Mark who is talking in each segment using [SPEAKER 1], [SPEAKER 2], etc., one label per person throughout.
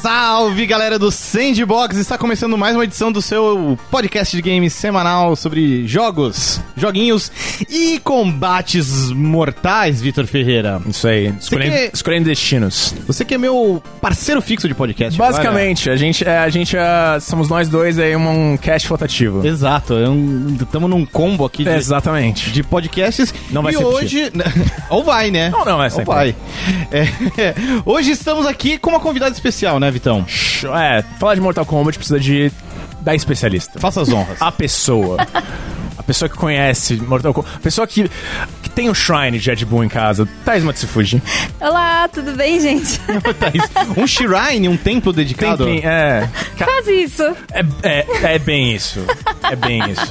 [SPEAKER 1] Salve galera do Sandbox! Está começando mais uma edição do seu podcast de games semanal sobre jogos, joguinhos e combates mortais, Vitor Ferreira.
[SPEAKER 2] Isso aí, escolhendo,
[SPEAKER 1] que-
[SPEAKER 2] escolhendo destinos.
[SPEAKER 1] Você que é meu parceiro fixo de podcast. né?
[SPEAKER 2] Basicamente, a gente, é, a gente é, somos nós dois aí um, um cast flotativo.
[SPEAKER 1] Olha, Exato, estamos num combo aqui de,
[SPEAKER 2] Exatamente.
[SPEAKER 1] de podcasts.
[SPEAKER 2] Não vai
[SPEAKER 1] e
[SPEAKER 2] se
[SPEAKER 1] hoje. Ou vai, né?
[SPEAKER 2] Não, não, é
[SPEAKER 1] Ou
[SPEAKER 2] sempre.
[SPEAKER 1] vai. É, hoje estamos aqui com uma convidada especial, né, Vitão?
[SPEAKER 2] É, falar de Mortal Kombat precisa de da especialista.
[SPEAKER 1] Faça as honras.
[SPEAKER 2] A pessoa. A pessoa que conhece Mortal Kombat. A pessoa que, que tem o Shrine de Ed Boon em casa. Thaís Matsufuji.
[SPEAKER 3] Olá, tudo bem, gente?
[SPEAKER 1] um shrine, um templo dedicado.
[SPEAKER 2] Tem- é,
[SPEAKER 3] Quase isso.
[SPEAKER 2] é, é, é bem isso. É bem isso.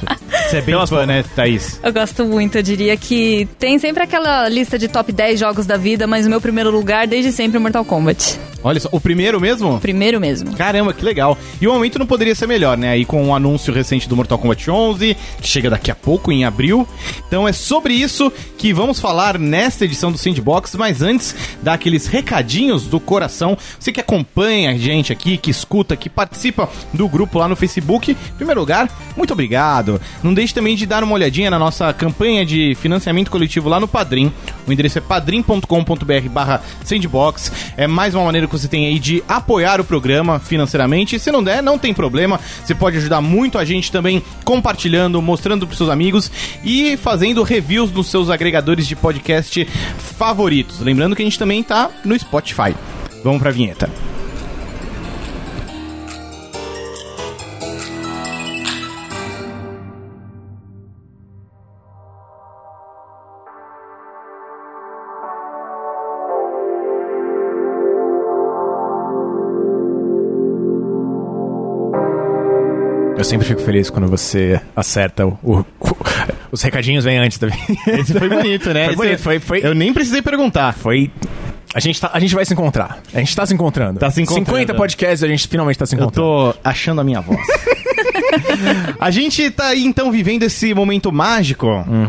[SPEAKER 1] Você é bem
[SPEAKER 2] Pelas
[SPEAKER 1] fã, né, Thaís?
[SPEAKER 3] Eu gosto muito, eu diria que tem sempre aquela lista de top 10 jogos da vida, mas o meu primeiro lugar desde sempre é Mortal Kombat.
[SPEAKER 1] Olha só, o primeiro mesmo?
[SPEAKER 3] Primeiro mesmo.
[SPEAKER 1] Caramba, que legal. E o momento não poderia ser melhor, né? Aí com o anúncio recente do Mortal Kombat 11, que chega daqui a pouco, em abril. Então é sobre isso que vamos falar nesta edição do Sandbox, mas antes, dar aqueles recadinhos do coração. Você que acompanha a gente aqui, que escuta, que participa do grupo lá no Facebook, em primeiro lugar, muito obrigado. Não deixe também de dar uma olhadinha na nossa campanha de financiamento coletivo lá no Padrim. O endereço é padrim.com.br barra sandbox. É mais uma maneira que você tem aí de apoiar o programa financeiramente. Se não der, não tem problema. Você pode ajudar muito a gente também compartilhando, mostrando para seus amigos e fazendo reviews nos seus agregadores de podcast favoritos. Lembrando que a gente também tá no Spotify. Vamos pra vinheta.
[SPEAKER 2] Eu sempre fico feliz quando você acerta o. o- os recadinhos vêm antes da
[SPEAKER 1] Esse foi bonito, né?
[SPEAKER 2] Foi bonito, foi- foi-
[SPEAKER 1] Eu nem precisei perguntar.
[SPEAKER 2] Foi. A gente, tá, a gente vai se encontrar. A gente tá se encontrando.
[SPEAKER 1] Tá se encontrando.
[SPEAKER 2] 50 podcasts a gente finalmente tá se
[SPEAKER 1] Eu
[SPEAKER 2] encontrando.
[SPEAKER 1] tô achando a minha voz. a gente tá aí então vivendo esse momento mágico,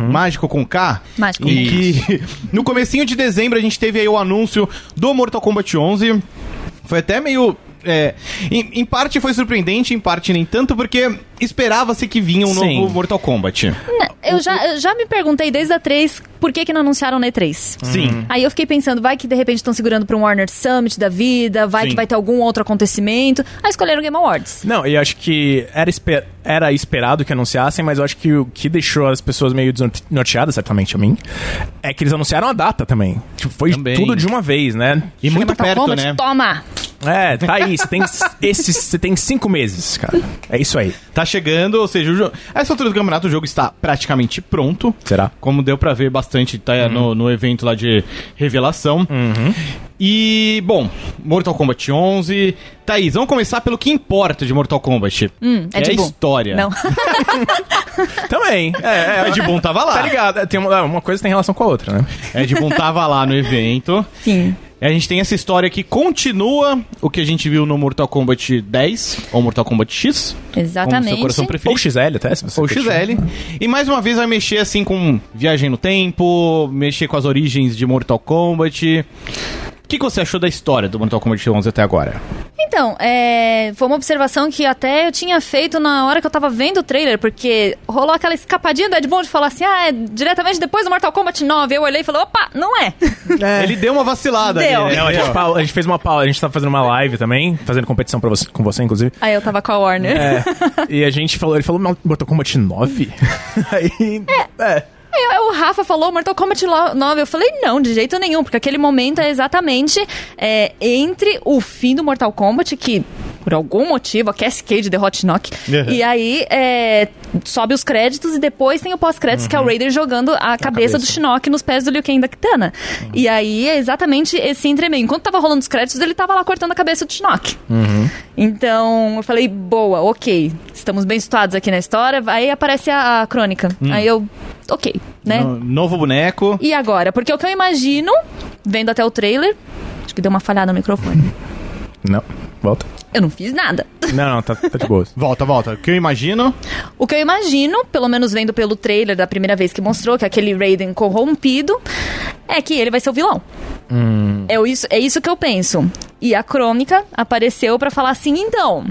[SPEAKER 1] mágico com K,
[SPEAKER 3] Mágico
[SPEAKER 1] em
[SPEAKER 3] com
[SPEAKER 1] que no comecinho de dezembro a gente teve aí o anúncio do Mortal Kombat 11. Foi até meio é, em, em parte foi surpreendente, em parte nem tanto, porque esperava-se que vinha um
[SPEAKER 2] Sim.
[SPEAKER 1] novo Mortal Kombat.
[SPEAKER 3] Eu já, eu já me perguntei desde a 3 por que, que não anunciaram na E3.
[SPEAKER 1] Sim.
[SPEAKER 3] Aí eu fiquei pensando, vai que de repente estão segurando pra um Warner Summit da vida, vai
[SPEAKER 1] Sim.
[SPEAKER 3] que vai ter algum outro acontecimento. Aí escolheram Game Awards.
[SPEAKER 2] Não, e eu acho que era, esper- era esperado que anunciassem, mas eu acho que o que deixou as pessoas meio desnorteadas, certamente a mim, é que eles anunciaram a data também. Tipo, foi
[SPEAKER 1] Também.
[SPEAKER 2] tudo de uma vez, né?
[SPEAKER 1] E muito
[SPEAKER 3] Mortal
[SPEAKER 1] perto,
[SPEAKER 3] Kombat,
[SPEAKER 1] né?
[SPEAKER 3] toma!
[SPEAKER 2] É, tá aí, você tem, esses, você tem cinco meses, cara. É isso aí.
[SPEAKER 1] Tá chegando, ou seja, o jo- a essa altura do campeonato o jogo está praticamente pronto.
[SPEAKER 2] Será?
[SPEAKER 1] Como deu pra ver bastante tá, no, no evento lá de revelação. E, bom, Mortal Kombat 11. Thaís, vamos começar pelo que importa de Mortal Kombat.
[SPEAKER 3] Hum,
[SPEAKER 1] que
[SPEAKER 3] é
[SPEAKER 1] é
[SPEAKER 3] de
[SPEAKER 1] a
[SPEAKER 3] bom.
[SPEAKER 1] história.
[SPEAKER 3] Não.
[SPEAKER 2] Também. É, é,
[SPEAKER 1] Ed Boon tava lá.
[SPEAKER 2] tá ligado? É, Tem uma, uma coisa tem relação com a outra, né?
[SPEAKER 1] Ed Boon tava lá no evento.
[SPEAKER 3] Sim.
[SPEAKER 1] E a gente tem essa história que continua o que a gente viu no Mortal Kombat 10, ou Mortal Kombat X. Como seu
[SPEAKER 3] Exatamente.
[SPEAKER 1] coração
[SPEAKER 2] Ou
[SPEAKER 1] preferido.
[SPEAKER 2] XL até, se você
[SPEAKER 1] Ou
[SPEAKER 2] curtir.
[SPEAKER 1] XL. E mais uma vez vai mexer assim com viagem no tempo, mexer com as origens de Mortal Kombat. O que, que você achou da história do Mortal Kombat 11 até agora?
[SPEAKER 3] Então, é, foi uma observação que até eu tinha feito na hora que eu tava vendo o trailer, porque rolou aquela escapadinha do Ed Boon de falar assim, ah, é diretamente depois do Mortal Kombat 9. Eu olhei e falei, opa, não é.
[SPEAKER 1] Ele deu uma vacilada
[SPEAKER 3] Deu.
[SPEAKER 1] ali, né?
[SPEAKER 2] Não, a gente,
[SPEAKER 1] Deu.
[SPEAKER 2] pau- a gente fez uma pausa, a gente tá fazendo uma live também, fazendo competição pra você, com você, inclusive.
[SPEAKER 3] Aí eu tava com a Warner.
[SPEAKER 2] É, e a gente falou, ele falou, "Mas Mortal Kombat 9? Aí. É.
[SPEAKER 3] Aí eu- o Rafa falou Mortal Kombat lo- 9. Eu falei, não, de jeito nenhum, porque aquele momento é exatamente é, entre o fim do Mortal Kombat, que por algum motivo, a Cascade derrota Shinnok,
[SPEAKER 1] Uhum.
[SPEAKER 3] e aí é, sobe os créditos e depois tem o pós-créditos, que é o Raider jogando a cabeça, do
[SPEAKER 2] cabeça.
[SPEAKER 3] Shinnok nos pés do Liu Kang da Kitana. E aí é exatamente esse entremeio. Enquanto tava rolando os créditos, ele tava lá cortando a cabeça do Shinnok. Então eu falei, boa, ok, estamos bem situados aqui na história. Aí aparece a, a crônica. Aí eu, ok, né?
[SPEAKER 1] No- novo boneco.
[SPEAKER 3] E agora? Porque é o que eu imagino, vendo até o trailer. Acho que deu uma falhada no microfone.
[SPEAKER 2] Não, volta.
[SPEAKER 3] Eu não fiz nada.
[SPEAKER 2] Não, não, tá, tá de boa.
[SPEAKER 1] Volta, volta. O que eu imagino.
[SPEAKER 3] O que eu imagino, pelo menos vendo pelo trailer da primeira vez que mostrou, que é aquele Raiden corrompido, é que ele vai ser o vilão.
[SPEAKER 1] Hum.
[SPEAKER 3] É, o isso, é isso que eu penso. E a crônica apareceu pra falar assim, então.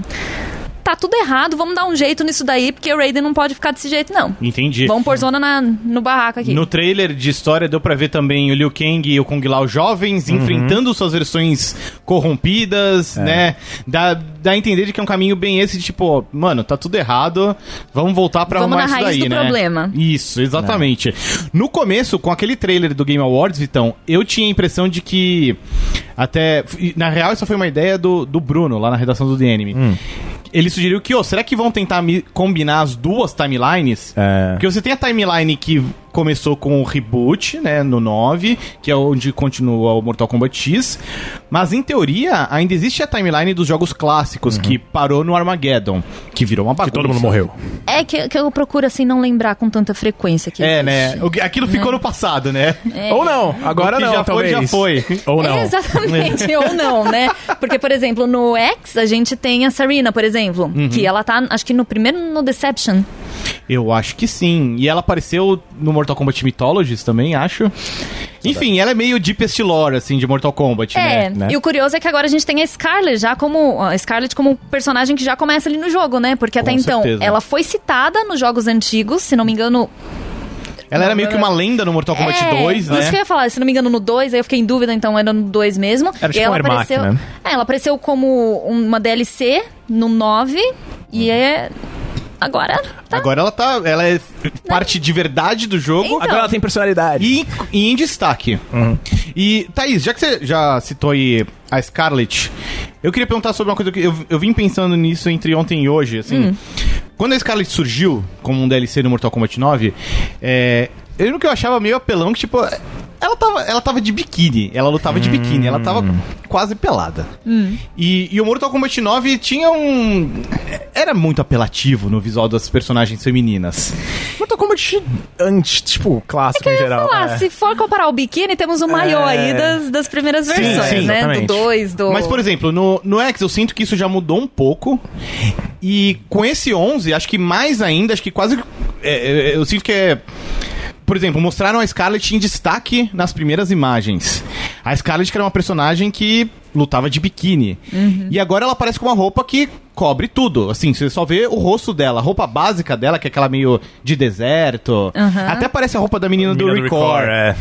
[SPEAKER 3] Tá tudo errado, vamos dar um jeito nisso daí, porque o Raiden não pode ficar desse jeito, não.
[SPEAKER 1] Entendi.
[SPEAKER 3] Vamos pôr zona na- no barraco aqui.
[SPEAKER 1] No trailer de história deu pra ver também o Liu Kang e o Kung Lao jovens enfrentando suas versões corrompidas, né? Dá, dá a entender de que é um caminho bem esse de tipo, ó, mano, tá tudo errado, vamos voltar pra
[SPEAKER 3] Vamos
[SPEAKER 1] arrumar
[SPEAKER 3] na
[SPEAKER 1] isso
[SPEAKER 3] raiz
[SPEAKER 1] daí,
[SPEAKER 3] do
[SPEAKER 1] né?
[SPEAKER 3] problema.
[SPEAKER 1] Isso, exatamente. No começo, com aquele trailer do Game Awards, Vitão, eu tinha a impressão de que até, na real, isso foi uma ideia do, do Bruno, lá na redação do The Anime.
[SPEAKER 2] Hum.
[SPEAKER 1] Ele sugeriu que, ô, será que vão tentar mi- combinar as duas timelines?
[SPEAKER 2] É.
[SPEAKER 1] Porque você tem a timeline que começou com o reboot, né, no 9, que é onde continua o Mortal Kombat X, mas em teoria ainda existe a timeline dos jogos clássicos que parou no Armageddon, que virou uma bagunça.
[SPEAKER 2] Uhum. Todo mundo morreu.
[SPEAKER 3] É que, que eu procuro, assim, não lembrar com tanta frequência que
[SPEAKER 1] É,
[SPEAKER 3] existe.
[SPEAKER 1] né? O que- Aquilo ficou no passado, né?
[SPEAKER 2] Ou não, agora
[SPEAKER 1] O que
[SPEAKER 2] não,
[SPEAKER 1] já foi,
[SPEAKER 2] talvez.
[SPEAKER 1] já foi.
[SPEAKER 2] Ou não.
[SPEAKER 3] É, exatamente, ou não, né? Porque, por exemplo, no X, a gente tem a Sarina, por exemplo,
[SPEAKER 2] Uhum.
[SPEAKER 3] que ela tá, acho que no primeiro no Deception.
[SPEAKER 1] Eu acho que sim. E ela apareceu no Mortal Kombat Mythologies também, acho. Enfim, ela é meio deepest lore, assim, de Mortal Kombat, né?
[SPEAKER 3] É,
[SPEAKER 2] né?
[SPEAKER 3] e o curioso é que agora a gente tem a Scarlet já como a Scarlet como um personagem que já começa ali no jogo, né? Porque até
[SPEAKER 1] Com
[SPEAKER 3] então
[SPEAKER 1] certeza.
[SPEAKER 3] ela foi citada nos jogos antigos, se não me engano.
[SPEAKER 1] Ela era meio que uma lenda no Mortal Kombat
[SPEAKER 3] é,
[SPEAKER 1] 2, né?
[SPEAKER 3] Isso que eu ia falar, se não me engano, no 2, aí eu fiquei em dúvida, então era no 2 mesmo.
[SPEAKER 2] Era tipo
[SPEAKER 3] e
[SPEAKER 2] um
[SPEAKER 3] ela
[SPEAKER 2] Ermac,
[SPEAKER 3] apareceu.
[SPEAKER 2] né?
[SPEAKER 3] É, ela apareceu como uma DLC no 9 e é. Agora tá
[SPEAKER 1] Agora ela tá. Ela é parte de verdade do jogo.
[SPEAKER 3] Então.
[SPEAKER 2] Agora ela tem personalidade.
[SPEAKER 1] E, e em destaque. E, Thaís, já que você já citou aí a Scarlet, eu queria perguntar sobre uma coisa que eu, eu vim pensando nisso entre ontem e hoje, assim. Quando a Scarlet surgiu como um DLC no Mortal Kombat 9, é, eu lembro que eu achava meio apelão que, tipo. Ela tava, ela tava de biquíni, ela lutava de biquíni, ela tava quase pelada. E, e o Mortal Kombat 9 tinha um. Era muito apelativo no visual das personagens femininas.
[SPEAKER 2] Mortal Kombat antes, tipo, clássico em
[SPEAKER 3] Sei
[SPEAKER 2] geral.
[SPEAKER 3] lá,
[SPEAKER 2] é.
[SPEAKER 3] se for comparar o biquíni, temos o maior
[SPEAKER 2] É.
[SPEAKER 3] aí das, das primeiras versões,
[SPEAKER 1] sim,
[SPEAKER 3] né?
[SPEAKER 2] exatamente.
[SPEAKER 3] Do 2, do...
[SPEAKER 1] Mas, por exemplo, no, no X eu sinto que isso já mudou um pouco. E com esse 11, acho que mais ainda, acho que quase. é, é, eu sinto que é. Por exemplo, mostraram a Scarlet em destaque nas primeiras imagens. A Scarlet que era uma personagem que lutava de biquíni.
[SPEAKER 3] Uhum.
[SPEAKER 1] E agora ela aparece com uma roupa que cobre tudo. Assim, você só vê o rosto dela, a roupa básica dela, que é aquela meio de deserto.
[SPEAKER 3] Aham.
[SPEAKER 1] Até parece a roupa da menina,
[SPEAKER 2] Mina
[SPEAKER 1] do Record.
[SPEAKER 2] é.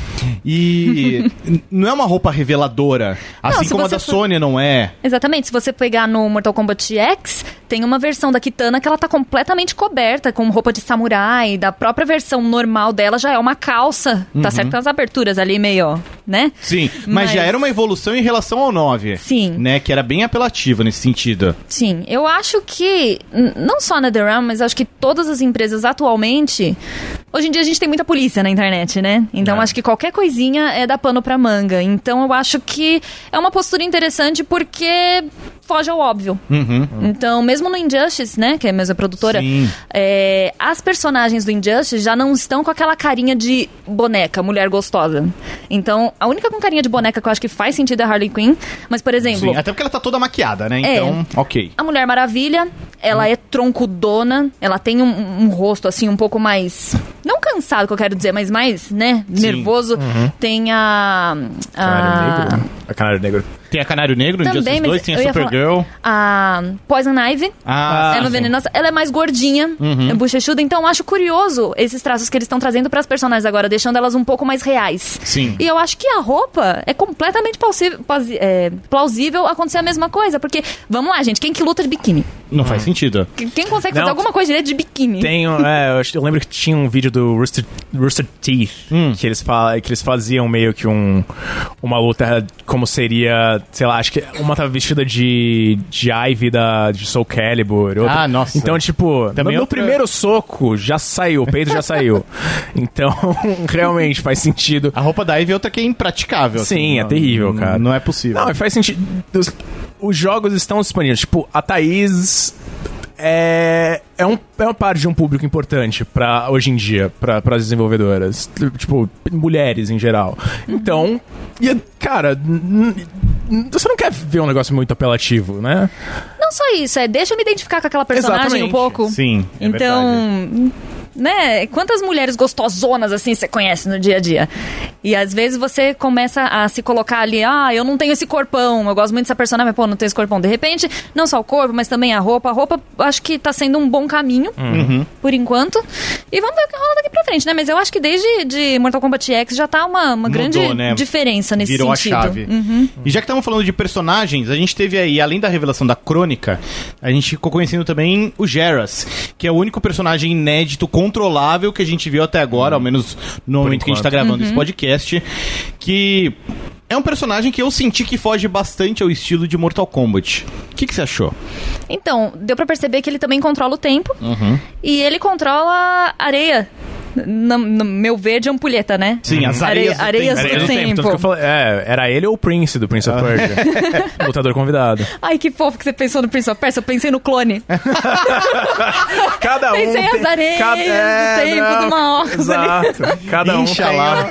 [SPEAKER 1] E n- não é uma roupa reveladora, assim
[SPEAKER 3] se
[SPEAKER 1] como a
[SPEAKER 3] você
[SPEAKER 1] da
[SPEAKER 3] for-
[SPEAKER 1] Sônia não é.
[SPEAKER 3] Exatamente, se você pegar no Mortal Kombat X, tem uma versão da Kitana que ela tá completamente coberta, com roupa de samurai, da própria versão normal dela já é uma calça,
[SPEAKER 1] Uhum.
[SPEAKER 3] tá certo? Com as aberturas ali meio, ó, né?
[SPEAKER 1] Sim, mas,
[SPEAKER 3] Mas-
[SPEAKER 1] já era uma evolução em relação ao 9.
[SPEAKER 3] Sim.
[SPEAKER 1] Né, que era bem apelativo nesse sentido.
[SPEAKER 3] Sim, eu acho que, n- não só na The Realm, mas acho que todas as empresas atualmente. Hoje em dia a gente tem muita polícia na internet, né?
[SPEAKER 1] É.
[SPEAKER 3] Então acho que qualquer coisinha é dar pano pra manga. Então eu acho que é uma postura interessante porque foge ao óbvio. Então, mesmo no Injustice, né, que é a mesma produtora,
[SPEAKER 1] Uhum. Sim.
[SPEAKER 3] é, as personagens do Injustice já não estão com aquela carinha de boneca, mulher gostosa. Então, a única com carinha de boneca que eu acho que faz sentido é a Harley Quinn. Mas, por exemplo,
[SPEAKER 1] Sim, até porque ela tá toda maquiada, né?
[SPEAKER 3] É.
[SPEAKER 1] Então, ok.
[SPEAKER 3] a Mulher Maravilha, ela é troncudona, ela tem um, um rosto assim um pouco mais. Não cansado que eu quero dizer, mas mais, né? Nervoso. Tem a.
[SPEAKER 2] Canário
[SPEAKER 3] A,
[SPEAKER 2] é um Negro. né? A Canário Negro.
[SPEAKER 1] Tem a Canário Negro, no Injustice
[SPEAKER 3] Também, mas
[SPEAKER 1] 2, tem a
[SPEAKER 3] eu ia
[SPEAKER 1] Supergirl.
[SPEAKER 3] a Poison Ivy.
[SPEAKER 1] Ah,
[SPEAKER 3] ela, é
[SPEAKER 1] sim.
[SPEAKER 3] venenosa. ela é mais gordinha, é bochechuda, então eu acho curioso esses traços que eles estão trazendo para as personagens agora, deixando elas um pouco mais reais.
[SPEAKER 1] Sim.
[SPEAKER 3] E eu acho que a roupa é completamente plausível, plausível acontecer a mesma coisa, porque, vamos lá, gente, quem que luta de biquíni?
[SPEAKER 1] Não faz sentido.
[SPEAKER 3] Qu- Quem consegue
[SPEAKER 2] Não.
[SPEAKER 3] fazer alguma coisa direito de biquíni?
[SPEAKER 2] Tem, um- é, eu, acho- eu lembro que tinha um vídeo do Rooster, Rooster Teeth
[SPEAKER 1] Hum.
[SPEAKER 2] que, eles fala, que eles faziam meio que um uma luta como seria, sei lá, acho que uma tava vestida de, de Ivy da, de Soul Calibur. outra-
[SPEAKER 1] Ah, nossa.
[SPEAKER 2] Então, tipo,
[SPEAKER 1] Também
[SPEAKER 2] no, no
[SPEAKER 1] outra-
[SPEAKER 2] primeiro soco já saiu, o peito já saiu. Então, realmente faz sentido.
[SPEAKER 1] A roupa da Ivy é outra que é impraticável.
[SPEAKER 2] Sim, é
[SPEAKER 1] não-
[SPEAKER 2] terrível,
[SPEAKER 1] não-
[SPEAKER 2] cara.
[SPEAKER 1] Não é possível.
[SPEAKER 2] Não, e faz sentido. Os, os jogos estão disponíveis. Tipo, a Thaís é, é, um, é uma parte de um público importante para hoje em dia, para as desenvolvedoras. Tipo, mulheres em geral.
[SPEAKER 3] Uhum.
[SPEAKER 2] Então, e, cara. n- n- Você não quer ver um negócio muito apelativo, né?
[SPEAKER 3] Não só isso, é deixa eu me identificar com aquela personagem
[SPEAKER 2] Exatamente.
[SPEAKER 3] um pouco.
[SPEAKER 1] Sim. é
[SPEAKER 3] então, né? Quantas mulheres gostosonas assim você conhece no dia a dia? E às vezes você começa a se colocar ali, ah, eu não tenho esse corpão, eu gosto muito dessa personagem, mas pô, não tenho esse corpão. De repente, não só o corpo, mas também a roupa. A roupa acho que tá sendo um bom caminho,
[SPEAKER 1] Uhum.
[SPEAKER 3] por enquanto. E vamos ver o que rola daqui pra frente, né? Mas eu acho que desde de Mortal Kombat X já tá uma, uma
[SPEAKER 1] Mudou,
[SPEAKER 3] grande
[SPEAKER 1] né?
[SPEAKER 3] diferença nesse
[SPEAKER 1] Virou
[SPEAKER 3] sentido.
[SPEAKER 1] a
[SPEAKER 3] Uhum.
[SPEAKER 1] chave. E já que estamos falando de personagens, a gente teve aí, além da revelação da crônica, a gente ficou conhecendo também o Geras, que é o único personagem inédito, controlável que a gente viu até agora, ao menos no momento que a gente tá
[SPEAKER 2] enquanto.
[SPEAKER 1] gravando
[SPEAKER 3] Uhum.
[SPEAKER 1] esse podcast, que. É um personagem que eu senti que foge bastante ao estilo de Mortal Kombat. O que, que você achou?
[SPEAKER 3] Então, deu pra perceber que ele também controla o tempo.
[SPEAKER 1] Uhum.
[SPEAKER 3] E ele controla areia. No, no meu ver de ampulheta, né?
[SPEAKER 1] Sim, as areias do
[SPEAKER 3] areias
[SPEAKER 1] tempo.
[SPEAKER 2] Era
[SPEAKER 3] do
[SPEAKER 2] do tempo, tanto que eu
[SPEAKER 3] tempo.
[SPEAKER 2] falei- é, era ele ou o Prince do Prince of Persia? Lutador convidado.
[SPEAKER 3] Ai, que fofo que você pensou no Prince of Persia. Eu pensei no clone.
[SPEAKER 1] É.
[SPEAKER 2] Cada é,
[SPEAKER 3] Pensei as areias do tempo do Marrocos
[SPEAKER 2] Exato. Cada um, tem
[SPEAKER 1] Inxalá.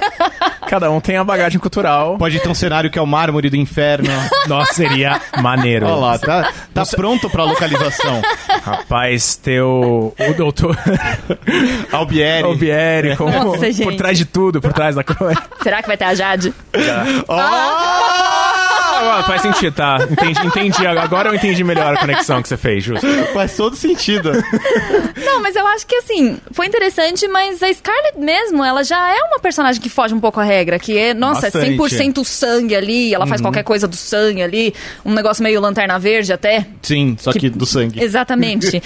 [SPEAKER 2] a, cada um tem a bagagem cultural.
[SPEAKER 1] Pode ter um cenário que é o mármore do inferno.
[SPEAKER 2] Nossa, seria maneiro.
[SPEAKER 1] Olha lá, tá, tá pronto pra localização.
[SPEAKER 2] Rapaz, teu o doutor
[SPEAKER 1] Albieri.
[SPEAKER 2] Albieri como-
[SPEAKER 3] Nossa,
[SPEAKER 2] por
[SPEAKER 3] gente.
[SPEAKER 2] trás de tudo, por trás da coisa.
[SPEAKER 3] Será que vai ter a Jade?
[SPEAKER 2] Ah, faz sentido, tá. Entendi, entendi. Agora eu entendi melhor a conexão que você fez, justo.
[SPEAKER 1] Faz todo sentido.
[SPEAKER 3] Não, mas eu acho que assim, foi interessante, mas a Scarlett mesmo, ela já é uma personagem que foge um pouco à regra, que é, nossa,
[SPEAKER 1] Bastante. Uhum.
[SPEAKER 3] é 100% sangue ali, ela faz qualquer coisa do sangue ali, um negócio meio lanterna verde até.
[SPEAKER 1] Sim, só que, do sangue.
[SPEAKER 3] Exatamente.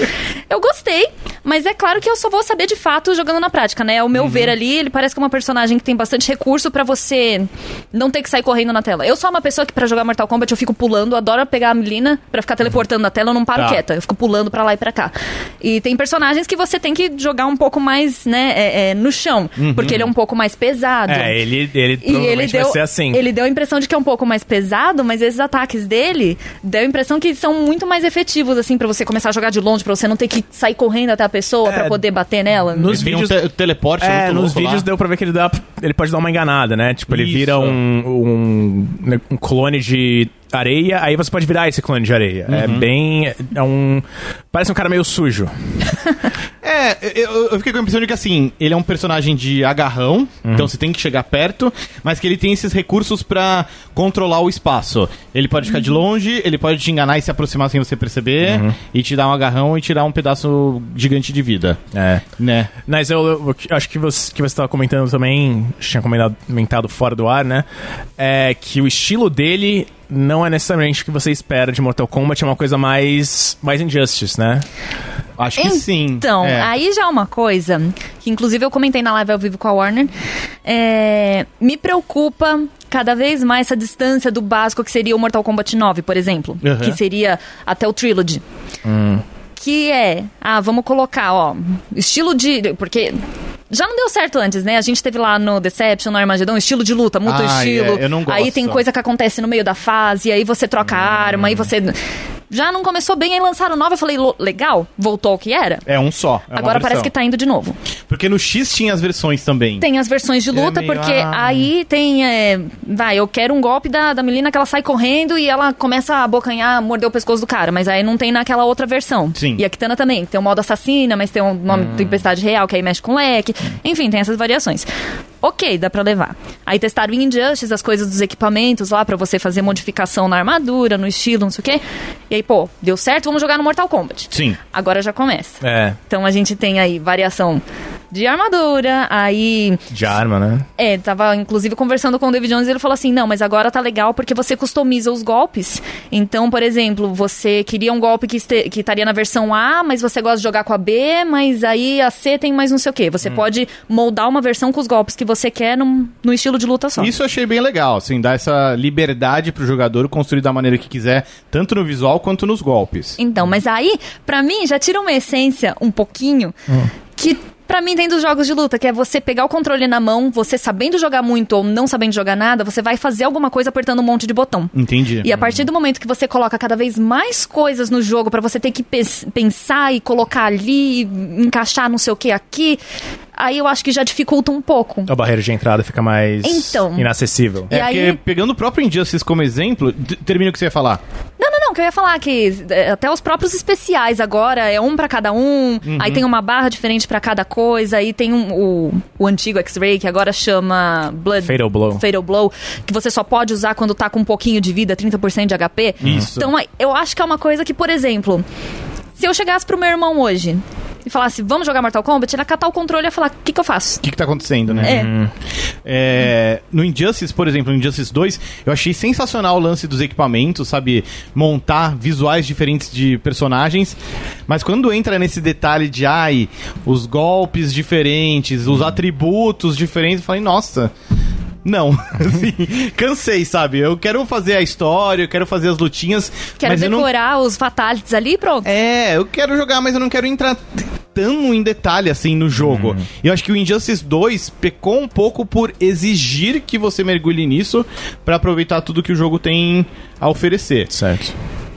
[SPEAKER 3] eu gostei, mas é claro que eu só vou saber de fato jogando na prática, né? O
[SPEAKER 1] Uhum.
[SPEAKER 3] meu ver ali, ele parece que é uma personagem que tem bastante recurso pra você não ter que sair correndo na tela. Eu sou uma pessoa que pra jogar Mortal Kombat eu fico pulando, eu adoro pegar a menina pra ficar teleportando na tela, eu não paro
[SPEAKER 1] Tá.
[SPEAKER 3] quieta, eu fico pulando pra lá e pra cá. E tem personagens que você tem que jogar um pouco mais, né, é, é, no chão,
[SPEAKER 1] Uhum.
[SPEAKER 3] porque ele é um pouco mais pesado.
[SPEAKER 2] É, ele, ele
[SPEAKER 3] E
[SPEAKER 2] provavelmente
[SPEAKER 3] ele deu,
[SPEAKER 2] vai ser assim.
[SPEAKER 3] ele deu a impressão de que é um pouco mais pesado, mas esses ataques dele deu a impressão que são muito mais efetivos, assim, pra você começar a jogar de longe, pra você não ter que sair correndo até a pessoa
[SPEAKER 2] É,
[SPEAKER 3] pra poder bater nela.
[SPEAKER 2] no-
[SPEAKER 1] Ele tem
[SPEAKER 2] vídeos-
[SPEAKER 1] um te- teleporte
[SPEAKER 2] É,
[SPEAKER 1] muito
[SPEAKER 2] nos
[SPEAKER 1] louco lá.
[SPEAKER 2] vídeos deu pra ver que ele, dá, ele pode dar uma enganada, né? Tipo, ele
[SPEAKER 1] Isso.
[SPEAKER 2] vira um, um, um clone de areia, aí você pode virar esse clone de areia. É bem. É um. Parece um cara meio sujo.
[SPEAKER 1] É, eu, eu fiquei com a impressão de que assim, ele é um personagem de agarrão, então você tem que chegar perto, mas que ele tem esses recursos pra controlar o espaço. Ele pode ficar de
[SPEAKER 3] Uhum.
[SPEAKER 1] longe, ele pode te enganar e se aproximar sem você perceber, e te dar um agarrão e tirar um pedaço gigante de vida,
[SPEAKER 2] É.
[SPEAKER 1] né?
[SPEAKER 2] Mas eu, eu acho que você que você tava comentando também, tinha comentado, comentado fora do ar, né? É que o estilo dele não é necessariamente o que você espera de Mortal Kombat, é uma coisa mais mais Injustice, né?
[SPEAKER 1] Acho que sim.
[SPEAKER 3] Então,
[SPEAKER 1] é.
[SPEAKER 3] aí já é uma coisa que, inclusive, eu comentei na live ao vivo com a Warner. é, me preocupa cada vez mais essa distância do básico que seria o Mortal Kombat 9, por exemplo.
[SPEAKER 1] Uhum.
[SPEAKER 3] Que seria até o Trilogy. Que é, ah, vamos colocar, ó, estilo de. Porque. Já não deu certo antes, né? A gente teve lá no Deception, no Armageddon, estilo de luta, muda o
[SPEAKER 1] Ah,
[SPEAKER 3] estilo.
[SPEAKER 1] é, eu não
[SPEAKER 3] Aí
[SPEAKER 1] gosto. Hum.
[SPEAKER 3] tem coisa que acontece no meio da fase, aí você troca a arma, aí você. Já não começou bem, aí lançaram nova. Eu falei, "Lo- legal, voltou ao que era.
[SPEAKER 1] É um só. é uma
[SPEAKER 3] Agora parece
[SPEAKER 1] versão.
[SPEAKER 3] que tá indo de novo.
[SPEAKER 1] Porque no X tinha as versões também.
[SPEAKER 3] Tem as versões de luta,
[SPEAKER 1] meio,
[SPEAKER 3] porque
[SPEAKER 1] ah.
[SPEAKER 3] aí tem. é, vai, eu quero um golpe da, da menina que ela sai correndo e ela começa a abocanhar, morder o pescoço do cara. Mas aí não tem naquela outra versão.
[SPEAKER 1] Sim. Hum.
[SPEAKER 3] E a Kitana também. Tem o modo assassina, mas tem o nome Tempestade Real, que aí mexe com leque. Enfim, tem essas variações. Ok, dá pra levar. Aí testaram em Injustice as coisas dos equipamentos lá pra você fazer modificação na armadura, no estilo, não sei o quê. E aí, pô, deu certo, vamos jogar no Mortal Kombat.
[SPEAKER 1] Sim.
[SPEAKER 3] Agora já começa.
[SPEAKER 2] É,
[SPEAKER 3] Então a gente tem aí variação de armadura, aí.
[SPEAKER 2] de arma, né?
[SPEAKER 3] É, tava inclusive conversando com o David Jones e ele falou assim: não, mas agora tá legal porque você customiza os golpes. Então, por exemplo, você queria um golpe que, este- que estaria na versão A, mas você gosta de jogar com a B, mas aí a C tem mais não sei o quê. Você pode moldar uma versão com os golpes que você quer num, num estilo de luta só.
[SPEAKER 1] Isso eu achei bem legal, assim, dar essa liberdade pro jogador construir da maneira que quiser, tanto no visual quanto nos golpes.
[SPEAKER 3] Então, mas aí, pra mim, já tira uma essência um pouquinho que. Pra mim, tem dos jogos de luta, que é você pegar o controle na mão, você sabendo jogar muito ou não sabendo jogar nada, você vai fazer alguma coisa apertando um monte de botão.
[SPEAKER 1] Entendi. É,
[SPEAKER 3] E a partir do momento que você coloca cada vez mais coisas no jogo pra você ter que pes- pensar e colocar ali, e encaixar não sei o que aqui, aí eu acho que já dificulta um pouco.
[SPEAKER 2] A barreira de entrada fica mais
[SPEAKER 3] Então.
[SPEAKER 2] inacessível.
[SPEAKER 3] E
[SPEAKER 1] É, porque
[SPEAKER 3] aí-
[SPEAKER 1] pegando o próprio Injustice como exemplo, t- termina o que você ia falar.
[SPEAKER 3] Não, não, não, que eu ia falar que é, até os próprios especiais agora é um pra cada um, aí tem uma barra diferente pra cada coisa, aí tem um, o, o antigo X-Ray que agora chama Blood
[SPEAKER 2] Fatal Blow.
[SPEAKER 3] Fatal Blow, que você só pode usar quando tá com um pouquinho de vida, 30% de HP.
[SPEAKER 1] Isso.
[SPEAKER 3] Então, aí, eu acho que é uma coisa que, por exemplo, se eu chegasse pro meu irmão hoje e falasse, vamos jogar Mortal Kombat, ele ia catar o controle e ia falar, o que, que eu faço?
[SPEAKER 1] O que, que tá acontecendo, né?
[SPEAKER 3] É.
[SPEAKER 1] É, no Injustice, por exemplo, no Injustice 2, eu achei sensacional o lance dos equipamentos, sabe? Montar visuais diferentes de personagens. Mas quando entra nesse detalhe de, ai, os golpes diferentes, os atributos diferentes, eu falei, nossa. Não, assim, cansei, sabe? Eu quero fazer a história, eu quero fazer as lutinhas,
[SPEAKER 3] Quero
[SPEAKER 1] mas eu não
[SPEAKER 3] decorar os fatalities ali e pronto.
[SPEAKER 1] é, eu quero jogar, mas eu não quero entrar t- tão em detalhe assim no jogo. E eu acho que o Injustice 2 pecou um pouco por exigir que você mergulhe nisso pra aproveitar tudo que o jogo tem a oferecer.
[SPEAKER 2] Certo.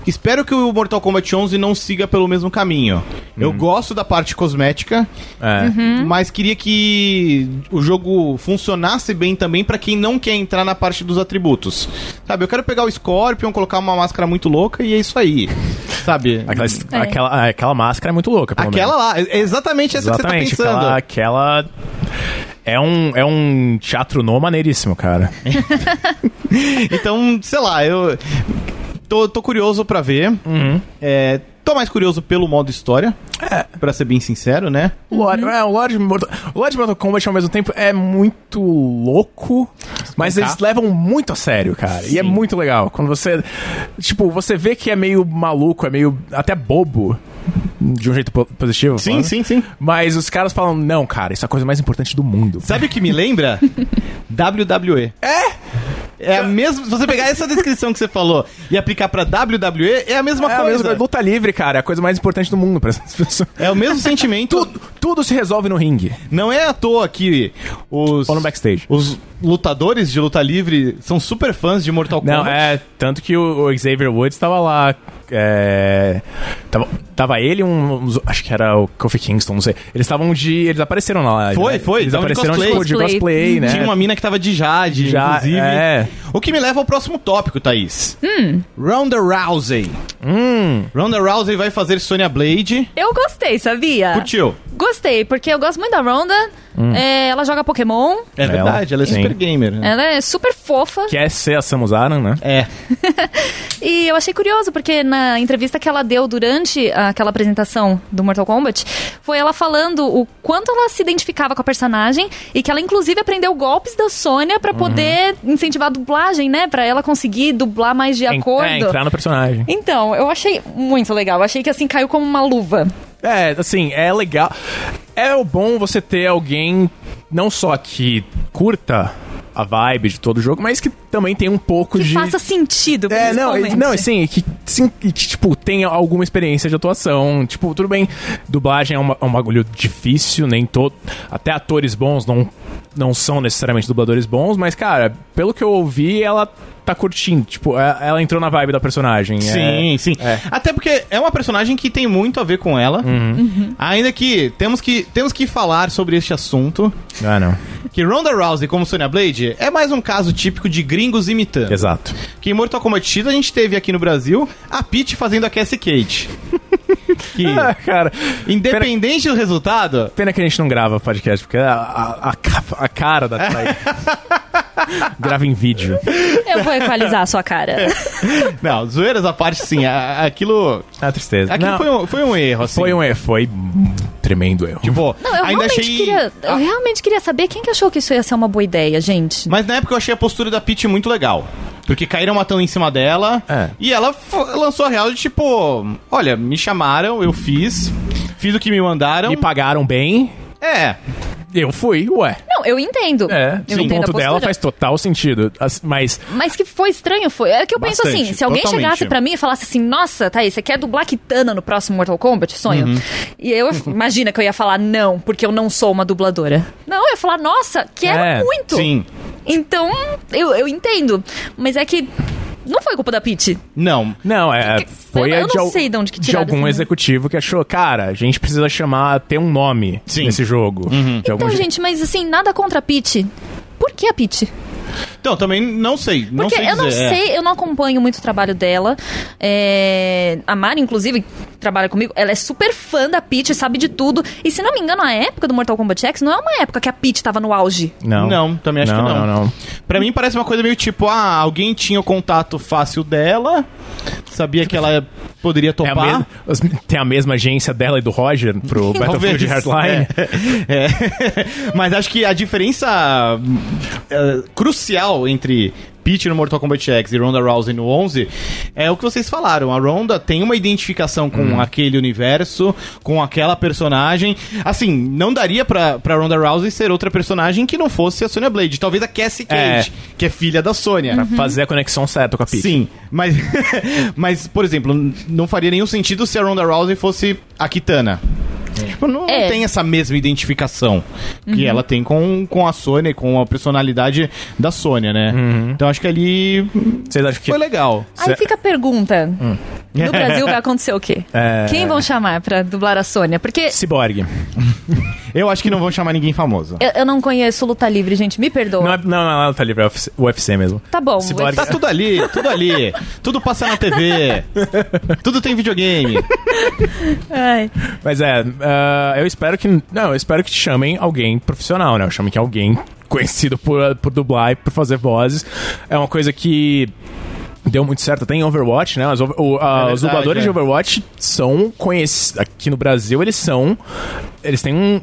[SPEAKER 1] Espero que o Mortal Kombat 11 não siga pelo mesmo caminho. Eu gosto da parte cosmética,
[SPEAKER 2] É.
[SPEAKER 1] mas queria que o jogo funcionasse bem também pra quem não quer entrar na parte dos atributos. Sabe, eu quero pegar o Scorpion, colocar uma máscara muito louca e é isso aí. Sabe?
[SPEAKER 2] Aquela,
[SPEAKER 3] É.
[SPEAKER 2] aquela, aquela máscara é muito louca, pelo
[SPEAKER 1] Aquela
[SPEAKER 2] menos.
[SPEAKER 1] lá, é exatamente essa
[SPEAKER 2] Exatamente,
[SPEAKER 1] que você tá pensando.
[SPEAKER 2] aquela, aquela. É um, é um teatro no maneiríssimo, cara.
[SPEAKER 1] Então, sei lá, eu tô, tô curioso pra ver.
[SPEAKER 2] Uhum.
[SPEAKER 1] É, tô mais curioso pelo modo história,
[SPEAKER 2] É.
[SPEAKER 1] pra ser bem sincero, né?
[SPEAKER 2] O Lore, é, o Lore de Mortal, o Lore de Mortal Kombat ao mesmo tempo é muito louco, mas eles levam muito a sério, cara. E é muito legal. Quando você. Tipo, você vê que é meio maluco, é meio até bobo. De um jeito po- positivo.
[SPEAKER 1] Sim,
[SPEAKER 2] falando.
[SPEAKER 1] sim, sim.
[SPEAKER 2] Mas os caras falam, não, cara, isso é a coisa mais importante do mundo.
[SPEAKER 1] Sabe o que me lembra? WWE. É? É a mesma. Se você pegar essa descrição que você falou e aplicar pra WWE, é a mesma
[SPEAKER 2] É a
[SPEAKER 1] coisa.
[SPEAKER 2] mesma coisa, luta livre, cara, é a coisa mais importante do mundo pra essas pessoas.
[SPEAKER 1] É o mesmo sentimento.
[SPEAKER 2] Tudo, tudo se resolve no ringue.
[SPEAKER 1] Não é à toa que os.
[SPEAKER 2] Ou no backstage.
[SPEAKER 1] Os lutadores de luta livre são super fãs de Mortal Kombat.
[SPEAKER 2] Não, é. Tanto que o, o Xavier Woods tava lá. É, tava, tava ele e um, uns- Acho que era o Kofi Kingston, não sei. Eles estavam de. Eles apareceram lá.
[SPEAKER 1] Foi,
[SPEAKER 2] né?
[SPEAKER 1] foi,
[SPEAKER 2] Eles
[SPEAKER 1] tava de
[SPEAKER 2] apareceram
[SPEAKER 1] cosplay.
[SPEAKER 2] tipo, de
[SPEAKER 3] Uhum.
[SPEAKER 2] cosplay, né?
[SPEAKER 1] Tinha uma mina que tava de Jade,
[SPEAKER 2] Já-
[SPEAKER 1] inclusive.
[SPEAKER 2] é.
[SPEAKER 1] O que me leva ao próximo tópico, Thaís. Ronda Rousey. Ronda Rousey vai fazer Sonya Blade.
[SPEAKER 3] Eu gostei, sabia?
[SPEAKER 1] Curtiu?
[SPEAKER 3] Gostei, porque eu gosto muito da Ronda. É, ela joga Pokémon.
[SPEAKER 1] É
[SPEAKER 2] Ela.
[SPEAKER 1] verdade, ela Hum. é
[SPEAKER 2] Sim.
[SPEAKER 1] super gamer. né?
[SPEAKER 3] Ela é super fofa.
[SPEAKER 2] Que é ser a Samus Aran, né?
[SPEAKER 1] É.
[SPEAKER 3] E eu achei curioso, porque na entrevista que ela deu durante aquela apresentação do Mortal Kombat, foi ela falando o quanto ela se identificava com a personagem e que ela, inclusive, aprendeu golpes da Sônia
[SPEAKER 2] Uhum.
[SPEAKER 3] pra poder incentivar a dublagem, né? Pra ela conseguir dublar mais de
[SPEAKER 2] En-
[SPEAKER 3] acordo.
[SPEAKER 2] É, entrar no personagem.
[SPEAKER 3] Então, eu achei muito legal. Eu achei que assim caiu como uma luva.
[SPEAKER 2] É, assim, é legal. É o bom você ter alguém não só que curta a vibe de todo o jogo, mas que também tem um pouco
[SPEAKER 3] Que
[SPEAKER 2] de.
[SPEAKER 3] faça sentido,
[SPEAKER 2] É, não,
[SPEAKER 3] principalmente.
[SPEAKER 2] e- não, e sim, e que, sim, e que, tipo, tenha alguma experiência de atuação. Tipo, tudo bem, dublagem é, uma- é um bagulho difícil, nem todo. Até atores bons não, não são necessariamente dubladores bons, mas, cara, pelo que eu ouvi, ela tá curtindo. Tipo, é- ela entrou na vibe da personagem. é-
[SPEAKER 1] Sim, sim.
[SPEAKER 2] é.
[SPEAKER 1] Até porque é Uhum. uma personagem que tem muito a ver com ela. Ainda que temos, que temos que falar sobre este assunto.
[SPEAKER 2] Ah, não.
[SPEAKER 1] Que Ronda Rousey como Sonya Blade é mais um caso típico de gringos imitando.
[SPEAKER 2] Exato.
[SPEAKER 1] Que em Mortal Kombat X a gente teve aqui no Brasil a Peach fazendo a Cassie Cage. que,
[SPEAKER 2] Ah, cara.
[SPEAKER 1] independente do resultado,
[SPEAKER 2] Pena que a gente não grava podcast, porque a, a, a ca- a cara da Thay. grava em vídeo.
[SPEAKER 1] É
[SPEAKER 3] Eu vou equalizar a sua cara.
[SPEAKER 1] não, zoeiras à parte, sim, a- a- aquilo,
[SPEAKER 2] É uma tristeza.
[SPEAKER 1] aquilo
[SPEAKER 2] Não,
[SPEAKER 1] foi, um, foi um erro, assim.
[SPEAKER 2] foi um erro, foi um tremendo erro.
[SPEAKER 1] Tipo,
[SPEAKER 3] Não, eu
[SPEAKER 1] ainda
[SPEAKER 3] realmente
[SPEAKER 1] achei...
[SPEAKER 3] queria. Eu
[SPEAKER 1] Ah,
[SPEAKER 3] realmente queria saber quem que achou que isso ia ser uma boa ideia, gente.
[SPEAKER 1] Mas na época eu achei a postura da Peach muito legal. Porque caíram matando em cima dela.
[SPEAKER 2] É.
[SPEAKER 1] E ela f- lançou a real de tipo: Olha, me chamaram, eu fiz. Fiz o que me mandaram.
[SPEAKER 2] Me
[SPEAKER 3] Então-
[SPEAKER 2] pagaram bem,
[SPEAKER 1] É.
[SPEAKER 2] eu fui, ué.
[SPEAKER 3] Não, eu entendo.
[SPEAKER 2] É,
[SPEAKER 3] eu
[SPEAKER 2] o
[SPEAKER 3] entendo a
[SPEAKER 2] ponto
[SPEAKER 3] postura.
[SPEAKER 2] dela faz total sentido. As- Mas,
[SPEAKER 3] Mas que foi estranho, foi. É que eu penso
[SPEAKER 1] Bastante,
[SPEAKER 3] assim, se alguém
[SPEAKER 1] totalmente.
[SPEAKER 3] chegasse pra mim e falasse assim, nossa, Thaís, você quer dublar Kitana no próximo Mortal Kombat? Sonho. E eu imagina que eu ia falar, não, porque eu não sou uma dubladora. Não, eu ia falar, nossa, quero
[SPEAKER 2] É,
[SPEAKER 3] muito.
[SPEAKER 1] Sim.
[SPEAKER 3] Então, eu, eu entendo. Mas é que Não foi culpa da Peach.
[SPEAKER 1] Não.
[SPEAKER 2] Não, é.
[SPEAKER 3] Que-
[SPEAKER 2] foi
[SPEAKER 3] eu
[SPEAKER 2] a
[SPEAKER 3] não
[SPEAKER 2] de, al-
[SPEAKER 3] sei de onde que tiraram
[SPEAKER 2] algum
[SPEAKER 3] esse nome.
[SPEAKER 2] executivo que achou, cara, a gente precisa chamar, ter um nome
[SPEAKER 1] Sim. Uhum.
[SPEAKER 2] nesse jogo. De algum
[SPEAKER 3] Então,
[SPEAKER 2] jeito.
[SPEAKER 3] gente, mas assim, nada contra a Peach. Por que a Peach?
[SPEAKER 1] Então, também não sei. não
[SPEAKER 3] Porque
[SPEAKER 1] sei
[SPEAKER 3] eu não
[SPEAKER 1] dizer, é.
[SPEAKER 3] sei, eu não acompanho muito o trabalho dela. É, A Mari, inclusive, que trabalha comigo, ela é super fã da Peach, sabe de tudo. E se não me engano, a época do Mortal Kombat X não é uma época que a Peach tava no auge.
[SPEAKER 2] Não.
[SPEAKER 1] Não, também acho que não.
[SPEAKER 2] Não, não.
[SPEAKER 1] Pra mim parece uma coisa meio tipo, ah, alguém tinha o contato fácil dela, sabia que ela poderia
[SPEAKER 2] É a
[SPEAKER 1] topar.
[SPEAKER 2] mesma- as- tem a mesma agência dela e do Roger pro Battlefield Hardline.
[SPEAKER 1] É. É. Mas acho que a diferença eh, crucial entre Peach no Mortal Kombat X e Ronda Rousey no 11 é o que vocês falaram. A Ronda tem uma identificação com
[SPEAKER 2] Hum.
[SPEAKER 1] aquele universo, com aquela personagem. Assim, não daria pra, pra Ronda Rousey ser outra personagem que não fosse a Sonya Blade. Talvez a Cassie
[SPEAKER 2] É.
[SPEAKER 1] Cage, que é filha da Sonya.
[SPEAKER 3] Uhum.
[SPEAKER 2] Fazer a conexão certa com a Peach.
[SPEAKER 1] Sim, mas, mas, por exemplo, n- não faria nenhum sentido se a Ronda Rousey fosse a Kitana. Tipo, não, não
[SPEAKER 3] É.
[SPEAKER 1] tem essa mesma identificação que ela tem com, com a Sônia, com a personalidade da Sônia, né? Então acho que ali hum,
[SPEAKER 2] Vocês acham que.
[SPEAKER 1] foi legal.
[SPEAKER 3] Aí fica a pergunta.
[SPEAKER 1] Hum.
[SPEAKER 3] No Brasil vai acontecer o quê?
[SPEAKER 2] É.
[SPEAKER 3] Quem vão chamar pra dublar a Sônia? Porque
[SPEAKER 2] Cyborg.
[SPEAKER 1] Eu acho que não vão chamar ninguém famoso.
[SPEAKER 3] eu, eu não conheço luta livre, gente. Me perdoa.
[SPEAKER 2] Não, é- não, não, ela tá livre, é UFC UFC mesmo.
[SPEAKER 3] Tá bom.
[SPEAKER 2] Cyborg.
[SPEAKER 1] Tá tudo ali, tudo ali. tudo passa na TV. tudo tem videogame.
[SPEAKER 3] Ai.
[SPEAKER 2] Mas é, ah, eu espero que. Não, eu espero que te chamem alguém profissional, né? Eu chamo que alguém conhecido por, por dublar e por fazer vozes. É uma coisa que. Deu muito certo, até em Overwatch, né? Mas o- o- ah,
[SPEAKER 1] É verdade,
[SPEAKER 2] os dubladores
[SPEAKER 1] é.
[SPEAKER 2] de Overwatch são conhecidos. Aqui no Brasil, eles são. Eles têm um,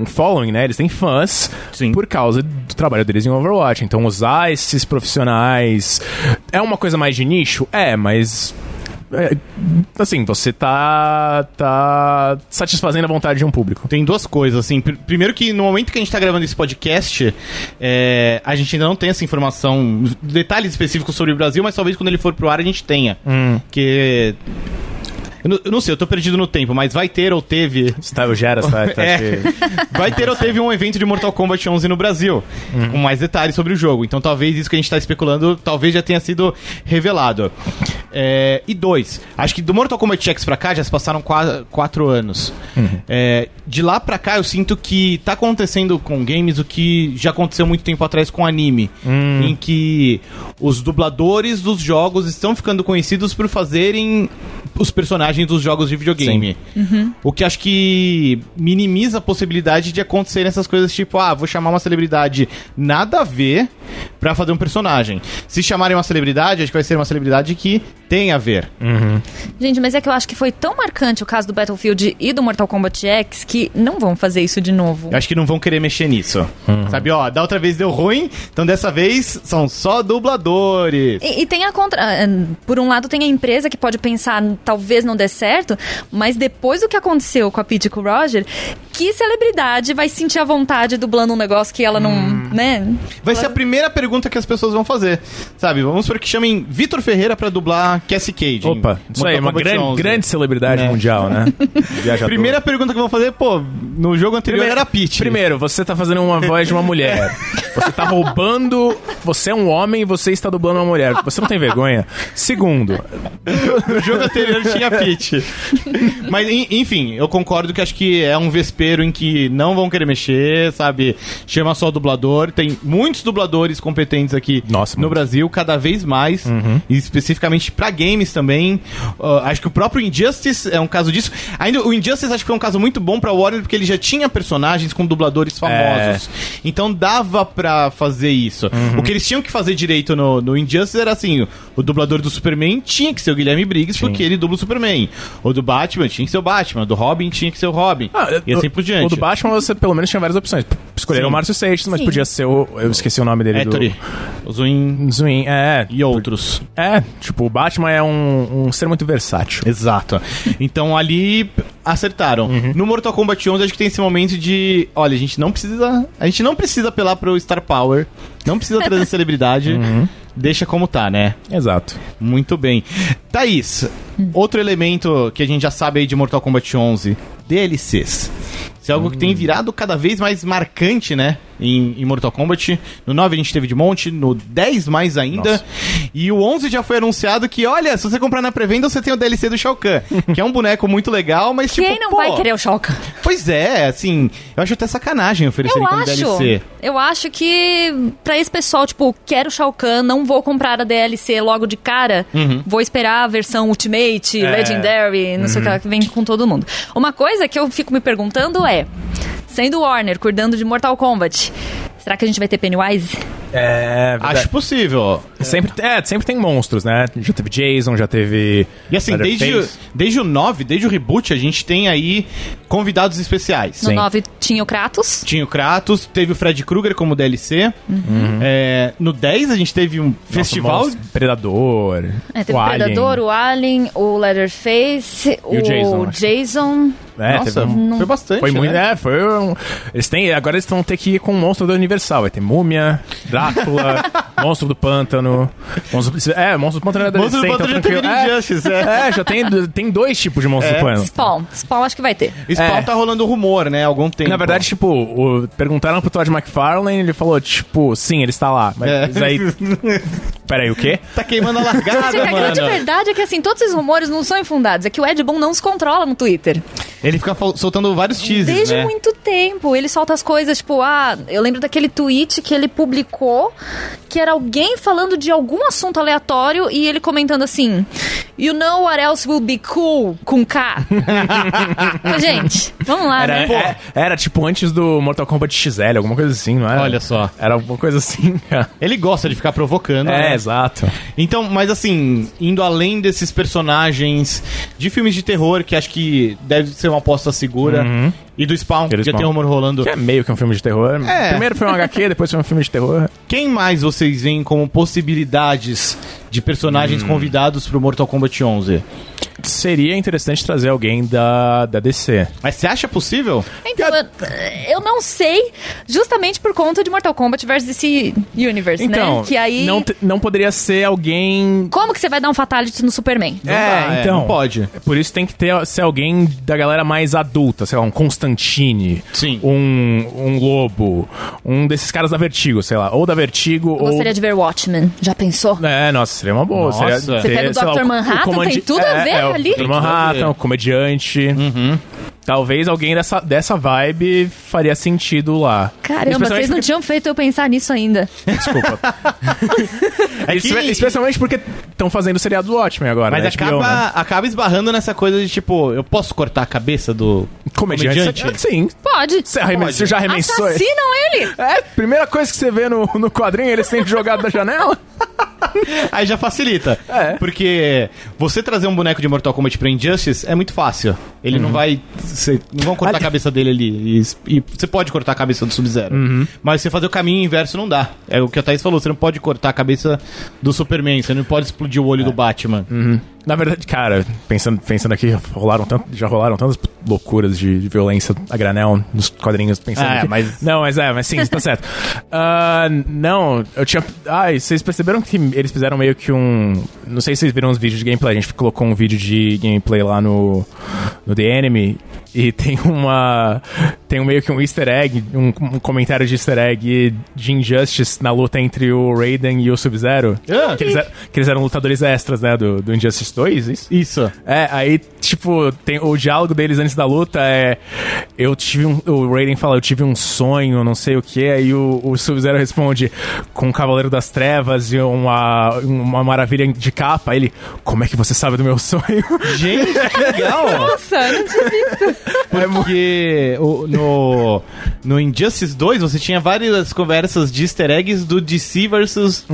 [SPEAKER 2] um following, né? Eles têm fãs
[SPEAKER 1] Sim.
[SPEAKER 2] por causa do trabalho deles em Overwatch. Então, usar esses profissionais. É uma coisa mais de nicho? É, mas é, assim, você tá, tá satisfazendo a vontade de um público.
[SPEAKER 1] Tem duas coisas, assim. Pr- primeiro que no momento que a gente tá gravando esse podcast, é, a gente ainda não tem essa informação, os detalhes específicos sobre o Brasil, mas talvez quando ele for pro ar a gente tenha. Que. Eu não, eu não sei, eu tô perdido no tempo, mas vai ter ou teve.
[SPEAKER 2] Está, o Geras tá, tá
[SPEAKER 1] É.
[SPEAKER 2] te-
[SPEAKER 1] Vai ter ou teve um evento de Mortal Kombat 11 no Brasil, com mais detalhes sobre o jogo. Então talvez isso que a gente tá especulando, talvez já tenha sido revelado. É, e dois, acho que do Mortal Kombat X pra cá já se passaram qua- quatro anos. É, de lá pra cá eu sinto que tá acontecendo com games o que já aconteceu muito tempo atrás com anime, em que os dubladores dos jogos estão ficando conhecidos por fazerem os personagens dos jogos de videogame. O que acho que minimiza a possibilidade de acontecerem essas coisas tipo, ah, vou chamar uma celebridade nada a ver pra fazer um personagem. Se chamarem uma celebridade, acho que vai ser uma celebridade que tem a ver.
[SPEAKER 3] Gente, mas é que eu acho que foi tão marcante o caso do Battlefield e do Mortal Kombat X que não vão fazer isso de novo.
[SPEAKER 1] Eu acho que não vão querer mexer nisso. Sabe, ó, da outra vez deu ruim, então dessa vez são só dubladores.
[SPEAKER 3] E, e tem a contra. ah, Por um lado, tem a empresa que pode pensar, talvez não dê certo, mas depois do que aconteceu com a Pete e com o Roger, que celebridade vai sentir a vontade dublando um negócio que ela não.
[SPEAKER 1] Hum.
[SPEAKER 3] né?
[SPEAKER 1] Vai ser a primeira pergunta que as pessoas vão fazer. Sabe, vamos supor que chamem Vitor Ferreira pra dublar Cassie Cage. em
[SPEAKER 2] Opa, isso aí,
[SPEAKER 1] Mortal
[SPEAKER 2] uma
[SPEAKER 1] Kombat
[SPEAKER 2] grande,
[SPEAKER 1] 11.
[SPEAKER 2] grande celebridade
[SPEAKER 1] Né?
[SPEAKER 2] mundial, né? Viajador.
[SPEAKER 1] Primeira pergunta que vão fazer, pô, no jogo anterior
[SPEAKER 2] Primeiro-
[SPEAKER 1] era Peach.
[SPEAKER 2] Primeiro, você tá fazendo uma voz de uma mulher. Você tá roubando. Você é um homem e você está dublando uma mulher. Você não tem vergonha. Segundo,
[SPEAKER 1] No jogo anterior tinha Peach. Mas, en- enfim, eu concordo que acho que é um vespeiro em que não vão querer mexer, sabe? Chama só dublador. Tem muitos dubladores competentes aqui
[SPEAKER 2] Nossa,
[SPEAKER 1] no
[SPEAKER 2] muitos. Uhum.
[SPEAKER 1] Brasil, cada vez mais. E especificamente pra games também. Ah, acho que o próprio Injustice é um caso disso. Ainda o Injustice acho que foi um caso muito bom pra Warner, porque ele já tinha personagens com
[SPEAKER 2] É,
[SPEAKER 1] dubladores famosos. Então dava pra fazer isso.
[SPEAKER 2] Uhum.
[SPEAKER 1] O que eles tinham que fazer direito no, no Injustice era assim: o dublador do Superman tinha que ser o Guilherme Briggs, porque ele dubla o Superman. O do Batman tinha que ser o Batman. O do Robin tinha que ser o Robin. e assim
[SPEAKER 2] Ah, o-
[SPEAKER 1] por diante.
[SPEAKER 2] O do Batman, você pelo menos tinha várias opções. Escolheram
[SPEAKER 1] Sim.
[SPEAKER 2] o Márcio Seixas, mas
[SPEAKER 3] Sim.
[SPEAKER 2] podia ser o. Eu esqueci o nome dele.
[SPEAKER 1] Héctor, o Zuin
[SPEAKER 2] Do... Zuin. É,
[SPEAKER 1] e outros.
[SPEAKER 2] é. Tipo, o Batman é um, um ser muito versátil.
[SPEAKER 1] Exato. Então ali acertaram.
[SPEAKER 2] Uhum.
[SPEAKER 1] No Mortal Kombat 11 acho que tem esse momento de, olha, a
[SPEAKER 2] Uhum.
[SPEAKER 1] gente não precisa, a gente não precisa apelar pro Star Power, não precisa trazer celebridade. deixa como tá, né?
[SPEAKER 2] Exato.
[SPEAKER 1] Muito bem. Thaís, outro elemento que a gente já sabe aí de Mortal Kombat 11, DLCs. Isso é algo que
[SPEAKER 3] Hum.
[SPEAKER 1] tem virado cada vez mais marcante, né? Em, em Mortal Kombat. No 9 a gente teve de monte, no 10 mais ainda.
[SPEAKER 2] Nossa.
[SPEAKER 1] E o 11 já foi anunciado que, olha, se você comprar na pré-venda, você tem o DLC do Shao Kahn, que é um boneco muito legal, mas tipo.
[SPEAKER 3] Quem não
[SPEAKER 1] pô,
[SPEAKER 3] vai querer o Shoka?
[SPEAKER 1] Pois é, assim, eu acho até sacanagem oferecerem
[SPEAKER 3] Eu
[SPEAKER 1] como
[SPEAKER 3] acho.
[SPEAKER 1] DLC.
[SPEAKER 3] Eu acho que pra esse pessoal, tipo, quero Shao Kahn, não vou comprar a DLC logo de cara. Vou esperar a versão Ultimate,
[SPEAKER 2] Uhum. É. Uhum.
[SPEAKER 3] Legendary, não sei o que lá, que vem com todo mundo. Uma coisa que eu fico me perguntando é, sendo Warner cuidando de Mortal Kombat, será que a gente vai ter Pennywise?
[SPEAKER 2] É,
[SPEAKER 1] Acho possível.
[SPEAKER 2] Sempre, é, sempre tem monstros, né? Já teve Jason, já teve.
[SPEAKER 1] E assim, desde,
[SPEAKER 2] Leatherface.
[SPEAKER 1] desde o 9, desde o reboot, a gente tem aí convidados especiais.
[SPEAKER 3] No
[SPEAKER 2] Sim.
[SPEAKER 3] 9 tinha o Kratos.
[SPEAKER 1] Tinha o Kratos, teve o Fred Krueger como DLC. É, no 10 a gente teve um festival.
[SPEAKER 2] Uhum. Nossa, monstro, Predador.
[SPEAKER 3] É, teve
[SPEAKER 2] o
[SPEAKER 3] o Predador,
[SPEAKER 2] Alien.
[SPEAKER 3] o Alien, o Leatherface,
[SPEAKER 2] E o Jason,
[SPEAKER 3] o
[SPEAKER 2] acho.
[SPEAKER 3] Jason.
[SPEAKER 2] É, teve
[SPEAKER 1] Nossa,
[SPEAKER 2] um-
[SPEAKER 1] foi bastante.
[SPEAKER 2] Foi muito.
[SPEAKER 1] né?
[SPEAKER 2] É, foi um. Eles têm. Agora eles vão ter que ir com o monstro do Universal. Vai ter múmia, Drácula, monstro do pântano. Monstro, é, monstro do pântano era
[SPEAKER 1] Monstro do
[SPEAKER 2] DLC,
[SPEAKER 1] Pântano já
[SPEAKER 2] então
[SPEAKER 1] teve
[SPEAKER 2] tranquilo.
[SPEAKER 1] no Injustice,
[SPEAKER 2] é. é, já tem, tem dois tipos de monstro
[SPEAKER 1] É.
[SPEAKER 2] do pântano.
[SPEAKER 3] Spawn. Spawn acho que vai ter.
[SPEAKER 1] Spawn
[SPEAKER 2] É.
[SPEAKER 1] tá rolando rumor, né? há Algum tempo.
[SPEAKER 2] Na verdade, tipo, o- perguntaram pro Todd McFarlane, ele falou, tipo, sim, ele está lá. Mas
[SPEAKER 1] É.
[SPEAKER 2] aí. Peraí, o quê?
[SPEAKER 1] tá queimando a
[SPEAKER 3] Gente, é
[SPEAKER 1] largada,
[SPEAKER 3] que a grande
[SPEAKER 1] mano.
[SPEAKER 3] verdade é que, assim, todos esses rumores não são infundados. É que o Ed Boon não se controla no Twitter.
[SPEAKER 1] Ele fica fal- soltando vários teasers,
[SPEAKER 3] Desde
[SPEAKER 1] né?
[SPEAKER 3] muito tempo. Ele solta as coisas, tipo, ah, eu lembro daquele tweet que ele publicou, que era alguém falando de algum assunto aleatório e ele comentando assim: You know what else will be cool com K? Mas, Gente, vamos lá,
[SPEAKER 2] Era,
[SPEAKER 3] né?
[SPEAKER 2] é- era, tipo antes do Mortal Kombat XL, alguma coisa assim, não era?
[SPEAKER 1] Olha só.
[SPEAKER 2] Era alguma coisa assim, cara.
[SPEAKER 1] Ele gosta de ficar provocando.
[SPEAKER 2] É,
[SPEAKER 1] né?
[SPEAKER 2] exato.
[SPEAKER 1] Então, mas assim, indo além desses personagens de filmes de terror, que acho que deve ser uma aposta segura, e do Spawn,
[SPEAKER 2] E do
[SPEAKER 1] já
[SPEAKER 2] Uhum. Spawn.
[SPEAKER 1] tem rumor rolando.
[SPEAKER 2] Que é meio que um filme de terror.
[SPEAKER 1] É.
[SPEAKER 2] Primeiro foi um HQ, depois foi um filme de terror.
[SPEAKER 1] Quem mais vocês veem como possibilidades de
[SPEAKER 2] Hum.
[SPEAKER 1] personagens convidados pro Mortal Kombat 11?
[SPEAKER 2] Seria interessante trazer alguém da, da DC.
[SPEAKER 1] Mas você acha possível?
[SPEAKER 3] Então, eu, eu não sei, justamente por conta de Mortal Kombat versus esse Universe,
[SPEAKER 2] Então,
[SPEAKER 3] né? Que aí.
[SPEAKER 2] não, te- não poderia ser alguém. né?
[SPEAKER 3] Como que você vai dar um fatality no Superman?
[SPEAKER 2] É,
[SPEAKER 1] Não dá, é,
[SPEAKER 2] então.
[SPEAKER 1] não pode.
[SPEAKER 2] Por isso tem que ter ser alguém da galera mais adulta, sei lá, um Constantine,
[SPEAKER 1] Sim.
[SPEAKER 2] um, um Lobo, um desses caras da Vertigo, sei lá, ou da Vertigo
[SPEAKER 3] Eu
[SPEAKER 2] ou
[SPEAKER 3] gostaria de ver Watchmen. Já pensou?
[SPEAKER 2] É, nossa, seria uma boa.
[SPEAKER 1] Nossa.
[SPEAKER 2] seria-
[SPEAKER 1] Você
[SPEAKER 2] ter,
[SPEAKER 3] pega o
[SPEAKER 2] sei lá,
[SPEAKER 3] Dr. Manhattan, tem
[SPEAKER 2] comandi-
[SPEAKER 3] tudo a
[SPEAKER 2] é,
[SPEAKER 3] ver
[SPEAKER 2] é, O
[SPEAKER 3] ali.
[SPEAKER 2] Dr.
[SPEAKER 3] Tem
[SPEAKER 1] tudo a ver.
[SPEAKER 2] Manhattan, o comediante.
[SPEAKER 1] Uhum.
[SPEAKER 2] Talvez alguém dessa, dessa vibe faria sentido lá.
[SPEAKER 3] Caramba,
[SPEAKER 2] Especialmente
[SPEAKER 3] vocês não
[SPEAKER 2] porque-
[SPEAKER 3] tinham feito eu pensar nisso ainda.
[SPEAKER 2] Desculpa.
[SPEAKER 1] É
[SPEAKER 2] Espe- Especialmente porque estão fazendo o seriado do Watchmen agora.
[SPEAKER 1] Mas
[SPEAKER 2] né,
[SPEAKER 1] acaba,
[SPEAKER 2] HBO, né?
[SPEAKER 1] acaba esbarrando nessa coisa de tipo, eu posso cortar a cabeça do
[SPEAKER 2] Comediante. tá-
[SPEAKER 1] comediante?
[SPEAKER 2] Sim.
[SPEAKER 3] Pode.
[SPEAKER 2] Você, arremen-
[SPEAKER 1] Pode.
[SPEAKER 2] você já arremessou ele?
[SPEAKER 3] Assassinam ele!
[SPEAKER 2] É, primeira coisa que você vê no, no quadrinho, eles têm jogado da janela.
[SPEAKER 1] Aí já facilita.
[SPEAKER 2] É.
[SPEAKER 1] Porque você trazer um boneco de Mortal Kombat pra Injustice é muito fácil. Ele não vai. cê- não vão cortar a
[SPEAKER 2] Ali-
[SPEAKER 1] cabeça dele ali. E você pode cortar a cabeça do Sub-Zero. Mas você fazer o caminho inverso não dá. É o que a Thaís falou: você não pode cortar a cabeça do Superman, você não pode explodir o olho do Batman.
[SPEAKER 2] Na verdade, cara, pensando, pensando aqui, rolaram tanto, já rolaram tantas loucuras de, de violência a granel nos quadrinhos pensando.
[SPEAKER 1] Ah,
[SPEAKER 2] aqui.
[SPEAKER 1] mas-
[SPEAKER 2] Não, mas é, mas sim, tá certo. Ah, não, eu tinha. Ai, vocês perceberam que eles fizeram meio que um. Não sei se vocês viram os vídeos de gameplay, a gente colocou um vídeo de gameplay lá no, no The Enemy. E tem uma. Tem um meio que um easter egg, um, um comentário de easter egg de Injustice na luta entre o Raiden e o Sub-Zero.
[SPEAKER 1] Ah,
[SPEAKER 2] Que eles, eram, que eles eram lutadores extras, né? Do, do Injustice 2, isso?
[SPEAKER 1] Isso.
[SPEAKER 2] É, aí, tipo, tem, o diálogo deles antes da luta é. Eu tive um. O Raiden fala, eu tive um sonho, não sei o que. Aí o, o Sub-Zero responde, com o Cavaleiro das Trevas e uma, uma maravilha de capa. Aí ele, como é que você sabe do meu sonho?
[SPEAKER 1] Gente, que legal! É
[SPEAKER 3] Nossa, não tinha visto.
[SPEAKER 1] Porque o- no, no Injustice 2 você tinha várias conversas de easter eggs do DC versus.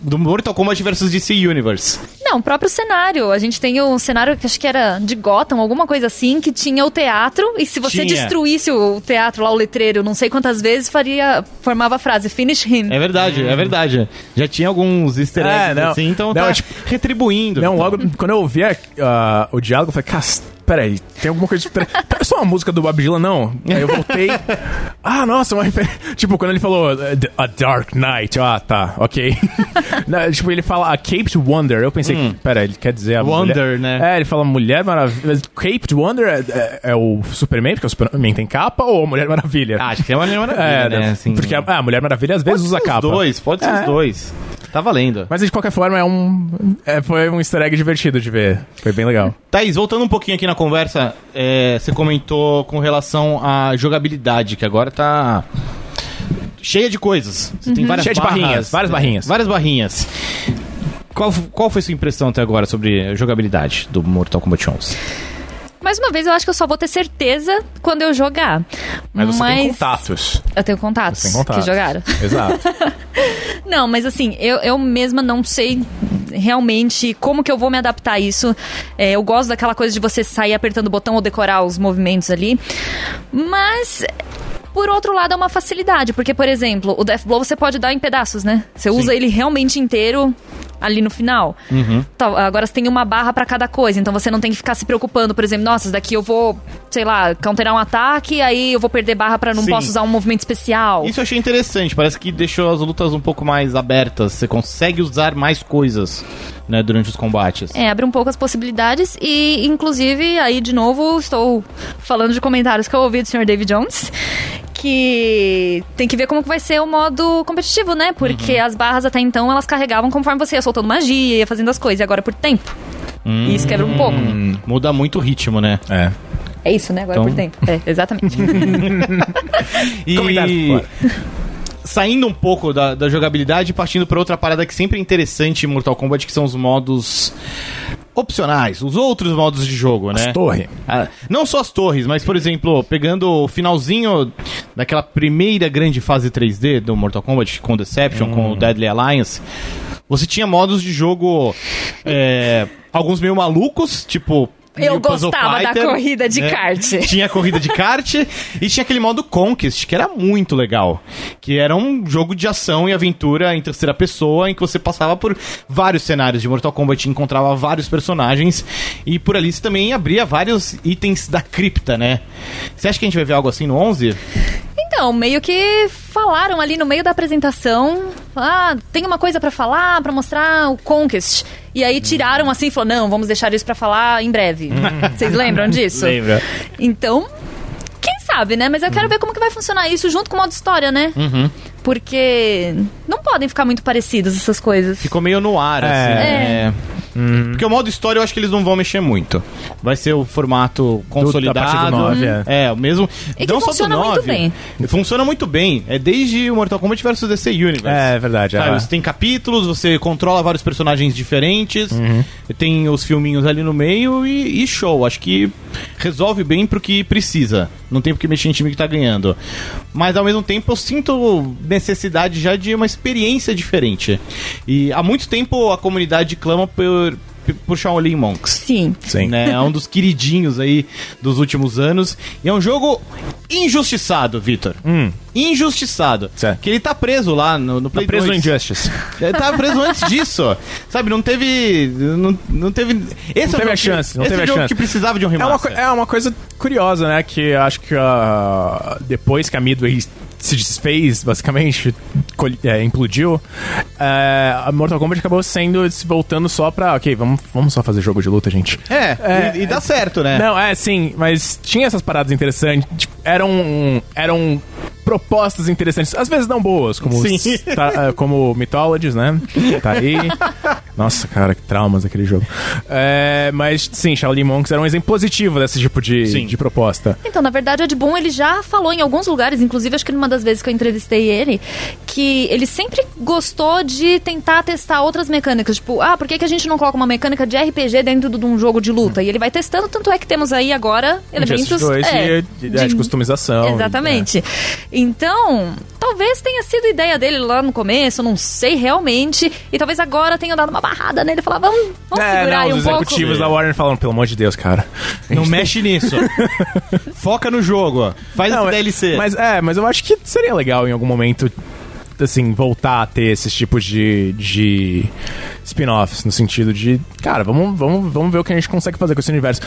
[SPEAKER 1] Do Mortal Kombat versus DC Universe.
[SPEAKER 3] Não, o próprio cenário. A gente tem um cenário que acho que era de Gotham, alguma coisa assim, que tinha o teatro. E se você
[SPEAKER 1] Tinha.
[SPEAKER 3] destruísse o teatro lá, o letreiro, não sei quantas vezes, faria, formava a frase finish him.
[SPEAKER 1] É verdade, é verdade. Já tinha alguns easter
[SPEAKER 2] É,
[SPEAKER 1] eggs
[SPEAKER 2] não.
[SPEAKER 1] assim, então
[SPEAKER 2] Não,
[SPEAKER 1] tá
[SPEAKER 2] tipo-
[SPEAKER 1] retribuindo.
[SPEAKER 2] Não, logo, quando eu ouvi a- a- o diálogo, eu falei, cara, peraí, tem alguma coisa de. isso é uma música do Bob Dylan, não? Aí eu voltei. ah, nossa, uma refer- Tipo, quando ele falou eh, d- A Dark Knight, ah, tá, ok. Não, tipo, ele fala A Caped Wonder. Eu pensei, pera, ele quer dizer a
[SPEAKER 1] Hum. Wonder,
[SPEAKER 2] mulher-
[SPEAKER 1] né?
[SPEAKER 2] É, ele fala Mulher Maravilha. Caped Wonder é, é- é o Superman, porque o Superman tem capa, ou a Mulher Maravilha?
[SPEAKER 1] Ah, acho que é uma Mulher Maravilha,
[SPEAKER 2] É,
[SPEAKER 1] né? Assim,
[SPEAKER 2] porque a,
[SPEAKER 1] pode
[SPEAKER 2] ah, a Mulher Maravilha às vezes
[SPEAKER 1] ser
[SPEAKER 2] usa
[SPEAKER 1] os
[SPEAKER 2] capa.
[SPEAKER 1] dois, pode ser os
[SPEAKER 2] É.
[SPEAKER 1] dois. Tá valendo.
[SPEAKER 2] Mas de qualquer forma, é um. é, foi um easter egg divertido de ver. Foi bem legal.
[SPEAKER 1] Thaís, voltando um pouquinho aqui na conversa, é, você comentou com relação à jogabilidade, que agora tá cheia de coisas. Você tem várias
[SPEAKER 2] Uhum. Cheia de barrinhas,
[SPEAKER 1] Hum. barras,
[SPEAKER 2] várias
[SPEAKER 1] né?
[SPEAKER 2] barrinhas.
[SPEAKER 1] Várias barrinhas. Qual, qual foi sua impressão até agora sobre a jogabilidade do Mortal Kombat 11?
[SPEAKER 3] Mais uma vez, eu acho que eu só vou ter certeza quando eu jogar.
[SPEAKER 2] Mas você tem contatos.
[SPEAKER 3] Eu tenho contatos,
[SPEAKER 2] Você tem contatos.
[SPEAKER 3] que jogaram.
[SPEAKER 2] Exato.
[SPEAKER 3] Não, mas assim, eu, eu mesma não sei realmente como que eu vou me adaptar a isso. É, eu gosto daquela coisa de você sair apertando o botão ou decorar os movimentos ali. Mas. Por outro lado, é uma facilidade, porque, por exemplo, o Death Blow você pode dar em pedaços, né? Você usa ele realmente inteiro ali no final. Tá, agora você tem uma barra pra cada coisa, então você não tem que ficar se preocupando, por exemplo, nossa, isso daqui eu vou, sei lá, counterar um ataque, aí eu vou perder barra pra não
[SPEAKER 1] Sim.
[SPEAKER 3] posso usar um movimento especial.
[SPEAKER 1] Isso eu achei interessante, parece que deixou as lutas um pouco mais abertas. Você consegue usar mais coisas né, durante os combates.
[SPEAKER 3] É, abre um pouco as possibilidades e, inclusive, aí de novo estou falando de comentários que eu ouvi do Sr. David Jones, que tem que ver como que vai ser o modo competitivo, né? Porque
[SPEAKER 1] Uhum.
[SPEAKER 3] as barras até então elas carregavam conforme você ia soltando magia, ia fazendo as coisas, e agora é por tempo. E isso quebra um pouco.
[SPEAKER 1] Hum. Muda muito o ritmo, né?
[SPEAKER 2] É.
[SPEAKER 3] É isso, né? Agora é por
[SPEAKER 1] Então-
[SPEAKER 3] tempo. É, exatamente.
[SPEAKER 2] Comentário
[SPEAKER 1] E
[SPEAKER 2] fora.
[SPEAKER 1] saindo um pouco da, da jogabilidade e partindo para outra parada que sempre é interessante em Mortal Kombat, que são os modos opcionais, os outros modos de jogo, né?
[SPEAKER 2] As torre.
[SPEAKER 1] Ah, não só as torres, mas, por exemplo, pegando o finalzinho daquela primeira grande fase 3D do Mortal Kombat com Deception, com o Deadly Alliance, você tinha modos de jogo, é, alguns meio malucos, tipo...
[SPEAKER 3] Eu
[SPEAKER 1] meio Puzzle
[SPEAKER 3] gostava da
[SPEAKER 1] Fighter,
[SPEAKER 3] corrida de
[SPEAKER 1] né?
[SPEAKER 3] kart.
[SPEAKER 1] Tinha a corrida de kart e tinha aquele modo Conquest, que era muito legal. Que era um jogo de ação e aventura em terceira pessoa, em que você passava por vários cenários de Mortal Kombat, encontrava vários personagens, e por ali você também abria vários itens da cripta, né? Você acha que a gente vai ver algo assim no 11?
[SPEAKER 3] Então, meio que falaram ali no meio da apresentação, ah, tem uma coisa pra falar, pra mostrar o Conquest. E aí tiraram assim e falou, não, vamos deixar isso pra falar em breve. Vocês lembram disso?
[SPEAKER 1] Lembra.
[SPEAKER 3] Então, quem sabe, né? Mas eu quero ver como que vai funcionar isso junto com o modo história, né? Porque não podem ficar muito parecidas essas coisas.
[SPEAKER 1] Ficou meio no ar, assim.
[SPEAKER 3] É.
[SPEAKER 1] né? Porque o modo história eu acho que eles não vão mexer muito. Vai ser o formato
[SPEAKER 2] da
[SPEAKER 1] consolidado.
[SPEAKER 2] partir do nove,
[SPEAKER 1] é. o mesmo.
[SPEAKER 3] E que
[SPEAKER 1] não só do
[SPEAKER 3] funciona
[SPEAKER 1] 9.
[SPEAKER 3] muito bem.
[SPEAKER 1] Funciona muito bem. É desde o Mortal Kombat vs DC Universe.
[SPEAKER 2] É, é verdade.
[SPEAKER 1] Sabe,
[SPEAKER 2] é.
[SPEAKER 1] Você tem capítulos, você controla vários personagens diferentes,
[SPEAKER 2] Uhum.
[SPEAKER 1] tem os filminhos ali no meio e, e show. Acho que resolve bem pro que precisa. Não tem porque mexer em time que tá ganhando. Mas ao mesmo tempo eu sinto necessidade já de uma experiência diferente. E há muito tempo a comunidade clama por, por Shaolin Monks.
[SPEAKER 3] Sim.
[SPEAKER 2] Sim.
[SPEAKER 1] Né? É um dos queridinhos aí dos últimos anos. E é um jogo injustiçado, Vitor.
[SPEAKER 2] Hum.
[SPEAKER 1] Injustiçado.
[SPEAKER 2] Certo.
[SPEAKER 1] Que ele tá preso lá no, no
[SPEAKER 2] Tá
[SPEAKER 1] Play
[SPEAKER 2] preso no
[SPEAKER 1] 2.
[SPEAKER 2] Injustice.
[SPEAKER 1] Ele tava preso antes disso. Sabe, não teve. Não, não teve. Esse
[SPEAKER 2] Não
[SPEAKER 1] é o
[SPEAKER 2] teve
[SPEAKER 1] jogo
[SPEAKER 2] a chance,
[SPEAKER 1] Que,
[SPEAKER 2] não
[SPEAKER 1] esse é
[SPEAKER 2] teve a
[SPEAKER 1] o jogo
[SPEAKER 2] chance.
[SPEAKER 1] que precisava de um
[SPEAKER 2] É uma, co-
[SPEAKER 1] remaster.
[SPEAKER 2] é uma coisa curiosa, né? Que acho que ah, depois que a Midway se desfez, basicamente, col- é, implodiu, é, a Mortal Kombat acabou sendo se voltando só pra. Ok, vamos, vamos só fazer jogo de luta, gente.
[SPEAKER 1] É,
[SPEAKER 2] É,
[SPEAKER 1] e, e dá certo, né?
[SPEAKER 2] Não, é, sim, mas tinha essas paradas interessantes. tipo, eram. Eram propostas interessantes, às vezes não boas, como,
[SPEAKER 1] Sim.
[SPEAKER 2] os- tá, eh, como Mythologies, né? Tá aí. Nossa, cara, que traumas aquele jogo. É, mas sim, Shaolin Monks era um exemplo positivo desse tipo de,
[SPEAKER 1] Sim.
[SPEAKER 2] de proposta.
[SPEAKER 3] Então, na verdade, o Ed Boon, ele já falou em alguns lugares, inclusive acho que numa das vezes que eu entrevistei ele, que ele sempre gostou de tentar testar outras mecânicas. Tipo, ah, por que, que a gente não coloca uma mecânica de RPG dentro de um jogo de luta? E ele vai testando, tanto é que temos aí agora elementos...
[SPEAKER 2] Injustice 2
[SPEAKER 3] é,
[SPEAKER 2] e de, de customização. né?
[SPEAKER 3] Exatamente. Então, talvez tenha sido ideia dele lá no começo, não sei realmente. E talvez agora tenha dado uma barrada nele e falar, vamos, vamos
[SPEAKER 2] É,
[SPEAKER 3] segurar
[SPEAKER 2] não,
[SPEAKER 3] aí
[SPEAKER 2] os
[SPEAKER 3] um pouco.
[SPEAKER 2] executivos da Warner falaram, pelo amor de Deus, cara.
[SPEAKER 1] Não mexe nisso. Foca no jogo. Faz
[SPEAKER 2] Não,
[SPEAKER 1] esse
[SPEAKER 2] é-
[SPEAKER 1] DLC.
[SPEAKER 2] Mas é, mas eu acho que seria legal em algum momento assim, voltar a ter esses tipos de, de spin-offs, no sentido de, cara, vamos, vamos, vamos ver o que a gente consegue fazer com esse universo.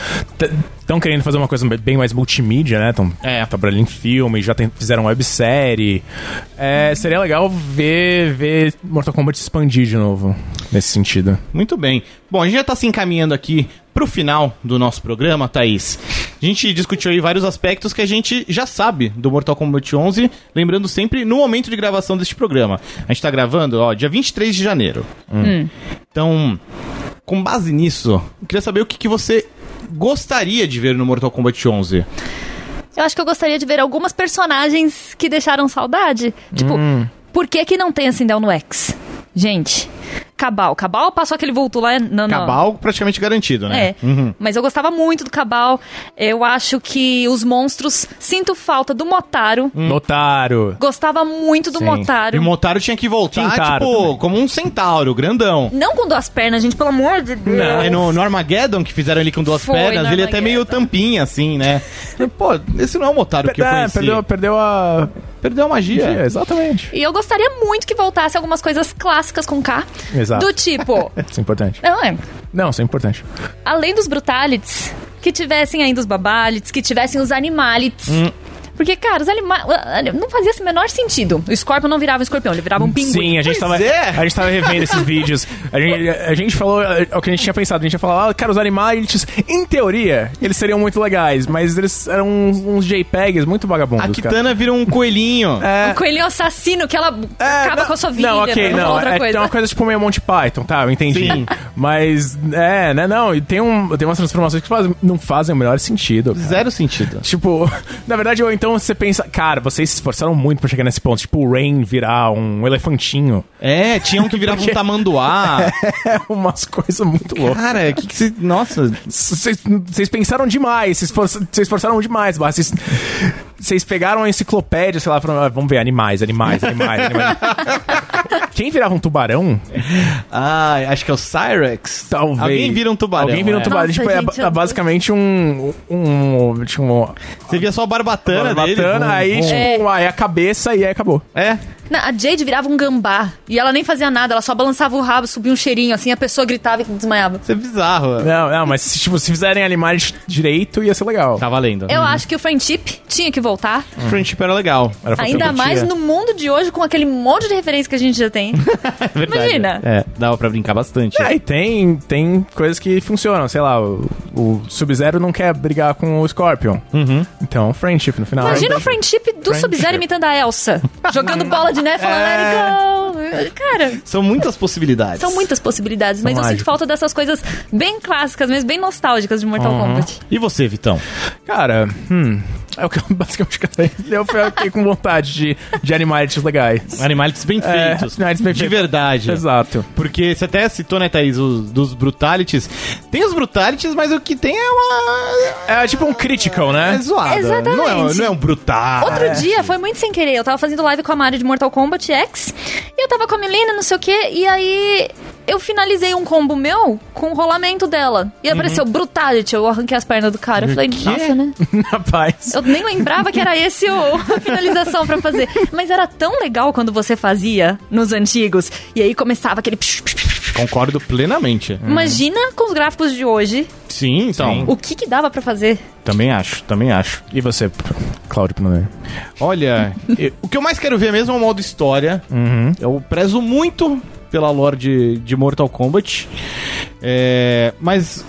[SPEAKER 2] Estão querendo fazer uma coisa bem mais multimídia, né? Estão
[SPEAKER 1] É.
[SPEAKER 2] trabalhando em filme, já tem- fizeram websérie. É, Seria legal ver, ver Mortal Kombat se expandir de novo, nesse sentido.
[SPEAKER 1] Muito bem. Bom, a gente já tá se encaminhando aqui pro final do nosso programa, Thaís. A gente discutiu aí vários aspectos que a gente já sabe do Mortal Kombat 11, lembrando sempre no momento de gravação deste programa. A gente tá gravando, ó, dia 23 de janeiro. Então, com base nisso, eu queria saber o que, que você gostaria de ver no Mortal Kombat 11.
[SPEAKER 3] Eu acho que eu gostaria de ver algumas personagens que deixaram saudade. Tipo,
[SPEAKER 1] Hum.
[SPEAKER 3] por que que não tem assim Down no X? Gente, Cabal. Cabal passou aquele vulto lá no... no-
[SPEAKER 1] Cabal praticamente garantido, né?
[SPEAKER 3] É, mas eu gostava muito do Cabal. Eu acho que os monstros... Sinto falta do Motaro.
[SPEAKER 2] Hum. Notaro.
[SPEAKER 3] Gostava muito do
[SPEAKER 2] Sim.
[SPEAKER 1] Hum. E
[SPEAKER 3] Motaro.
[SPEAKER 1] o Motaro tinha que voltar,
[SPEAKER 2] Tintaro
[SPEAKER 1] tipo,
[SPEAKER 2] também.
[SPEAKER 1] como um centauro, grandão.
[SPEAKER 3] Não com duas pernas, gente, pelo amor de Deus.
[SPEAKER 1] Aí É no, no Armageddon, que fizeram ele com duas
[SPEAKER 3] Foi
[SPEAKER 1] pernas,
[SPEAKER 3] no
[SPEAKER 1] ele é até
[SPEAKER 3] Armageddon.
[SPEAKER 1] meio tampinha, assim, né? Pô, esse não é o Motaro que eu
[SPEAKER 2] É,
[SPEAKER 1] conheci.
[SPEAKER 2] perdeu, perdeu a.
[SPEAKER 1] Perdeu a magia.
[SPEAKER 2] É, exatamente.
[SPEAKER 3] E eu gostaria muito que voltasse algumas coisas clássicas com K.
[SPEAKER 2] Exato.
[SPEAKER 3] Do tipo...
[SPEAKER 2] Isso é importante.
[SPEAKER 3] Não, é,
[SPEAKER 2] Não, isso é importante.
[SPEAKER 3] além dos brutalities, que tivessem ainda os babalites, que tivessem os animalites.
[SPEAKER 2] Hum.
[SPEAKER 3] Porque, cara, os animais. Não fazia esse menor sentido. O Scorpion não virava um escorpião, ele virava um pinguim.
[SPEAKER 2] Sim, a gente, tava,
[SPEAKER 1] é.
[SPEAKER 2] a gente tava revendo esses vídeos. A gente, a gente falou é, o que a gente tinha pensado. A gente ia falar, ah, cara, os animais, em teoria, eles seriam muito legais, mas eles eram uns, uns JPEGs muito vagabundos.
[SPEAKER 1] A
[SPEAKER 2] cara.
[SPEAKER 1] Kitana vira um coelhinho.
[SPEAKER 3] O coelhinho assassino que ela
[SPEAKER 2] tá- É,
[SPEAKER 3] acaba
[SPEAKER 2] não-
[SPEAKER 3] com a sua vida.
[SPEAKER 2] Não, ok,
[SPEAKER 3] uma
[SPEAKER 2] não.
[SPEAKER 3] outra
[SPEAKER 2] é,
[SPEAKER 3] coisa.
[SPEAKER 2] Tem uma coisa tipo meio Monty Python, tá? Eu entendi.
[SPEAKER 1] Sim.
[SPEAKER 2] Mas, é, né, não. E tem, um, tem umas transformações que fazem, não fazem o melhor sentido. cara.
[SPEAKER 1] Zero sentido.
[SPEAKER 2] Tipo, na verdade, ou então você pensa, cara, vocês se esforçaram muito pra chegar nesse ponto. Tipo, o Rain virar um elefantinho.
[SPEAKER 1] É, tinha um que virava um tamanduá.
[SPEAKER 2] É umas coisas muito loucas.
[SPEAKER 1] Cara, o que que você... Nossa...
[SPEAKER 2] Vocês vocês pensaram demais, vocês for- vocês esforçaram demais, mas vocês- vocês pegaram a enciclopédia, sei lá, falaram, "Ah, vamos ver, animais, animais, animais, animais. Quem virava um tubarão?
[SPEAKER 1] Ah, acho que é o Cyrex.
[SPEAKER 2] Talvez.
[SPEAKER 1] Alguém vira um tubarão.
[SPEAKER 2] Alguém vira um
[SPEAKER 1] é.
[SPEAKER 2] tubarão.
[SPEAKER 3] Nossa,
[SPEAKER 2] tipo, é,
[SPEAKER 3] gente,
[SPEAKER 2] é
[SPEAKER 3] eu-
[SPEAKER 2] basicamente um. um, tipo, um
[SPEAKER 1] Você via só a barbatana,
[SPEAKER 2] uma
[SPEAKER 1] dele. um
[SPEAKER 2] batana,
[SPEAKER 1] Vum,
[SPEAKER 2] aí,
[SPEAKER 1] vum.
[SPEAKER 3] É.
[SPEAKER 2] tipo, aí a cabeça e aí acabou.
[SPEAKER 1] É.
[SPEAKER 3] Não, a Jade virava um gambá. E ela nem fazia nada, ela só balançava o rabo, subia um cheirinho, assim, a pessoa gritava e desmaiava.
[SPEAKER 1] Isso é bizarro.
[SPEAKER 2] Não, não, mas se, tipo, se fizerem animais direito, ia ser legal.
[SPEAKER 1] Tá valendo.
[SPEAKER 2] Hum.
[SPEAKER 3] Eu acho que o friendship tinha que voltar.
[SPEAKER 1] O Friendship era legal.
[SPEAKER 2] Era
[SPEAKER 3] ainda
[SPEAKER 2] fotografia.
[SPEAKER 3] mais no mundo de hoje, com aquele monte de referência que a gente já tem.
[SPEAKER 1] É verdade.
[SPEAKER 3] Imagina.
[SPEAKER 1] É, dava pra brincar bastante.
[SPEAKER 2] É, e tem, tem coisas que funcionam. Sei lá, o, o Sub-Zero não quer brigar com o Scorpion.
[SPEAKER 1] Uhum.
[SPEAKER 2] Então, friendship no final. Então,
[SPEAKER 3] Imagina o
[SPEAKER 2] Friendship.
[SPEAKER 3] friendship do
[SPEAKER 2] Friendship.
[SPEAKER 3] Sub-Zero imitando a Elsa. Jogando bola de neve falando, let it go. Cara,
[SPEAKER 1] São muitas possibilidades.
[SPEAKER 3] são muitas possibilidades, mas eu
[SPEAKER 2] mágicas.
[SPEAKER 3] sinto falta dessas coisas bem clássicas, mesmo bem nostálgicas de Mortal Kombat.
[SPEAKER 1] E você, Vitão?
[SPEAKER 2] Cara, hum, é o que eu basicamente quero dizer. eu fiquei com vontade de, de animais legais.
[SPEAKER 1] Animais bem
[SPEAKER 2] É,
[SPEAKER 1] feitos.
[SPEAKER 2] animais bem
[SPEAKER 1] de
[SPEAKER 2] feitos.
[SPEAKER 1] verdade.
[SPEAKER 2] Exato.
[SPEAKER 1] Porque você até citou, né, Thaís, os, dos brutalities. Tem os brutalities, mas o que tem é uma.
[SPEAKER 2] É tipo um critical,
[SPEAKER 1] É
[SPEAKER 2] né?
[SPEAKER 1] zoada.
[SPEAKER 3] Exatamente.
[SPEAKER 1] Não é, não é um brutal.
[SPEAKER 3] Outro dia, foi muito sem querer, eu tava fazendo live com a Mari de Mortal Kombat X, e eu tava com a Melina, não sei o quê, e aí eu finalizei um combo meu com o rolamento dela. E apareceu Brutality, eu arranquei as pernas do cara. Eu falei, nossa, né?
[SPEAKER 2] Rapaz.
[SPEAKER 3] Eu nem lembrava que era esse o, a finalização pra fazer. Mas era tão legal quando você fazia nos antigos. E aí começava aquele. psh, psh,
[SPEAKER 1] Hum.
[SPEAKER 3] psh, psh.
[SPEAKER 1] Concordo plenamente.
[SPEAKER 3] Imagina com os gráficos de hoje
[SPEAKER 1] Sim, então.
[SPEAKER 3] o que, que dava pra fazer.
[SPEAKER 1] Também acho, também acho.
[SPEAKER 2] E você, Claudio Pinonet?
[SPEAKER 1] Olha, eu- o que eu mais quero ver mesmo é o modo história.
[SPEAKER 2] Uhum.
[SPEAKER 1] Eu prezo muito pela lore de, de Mortal Kombat. É, mas,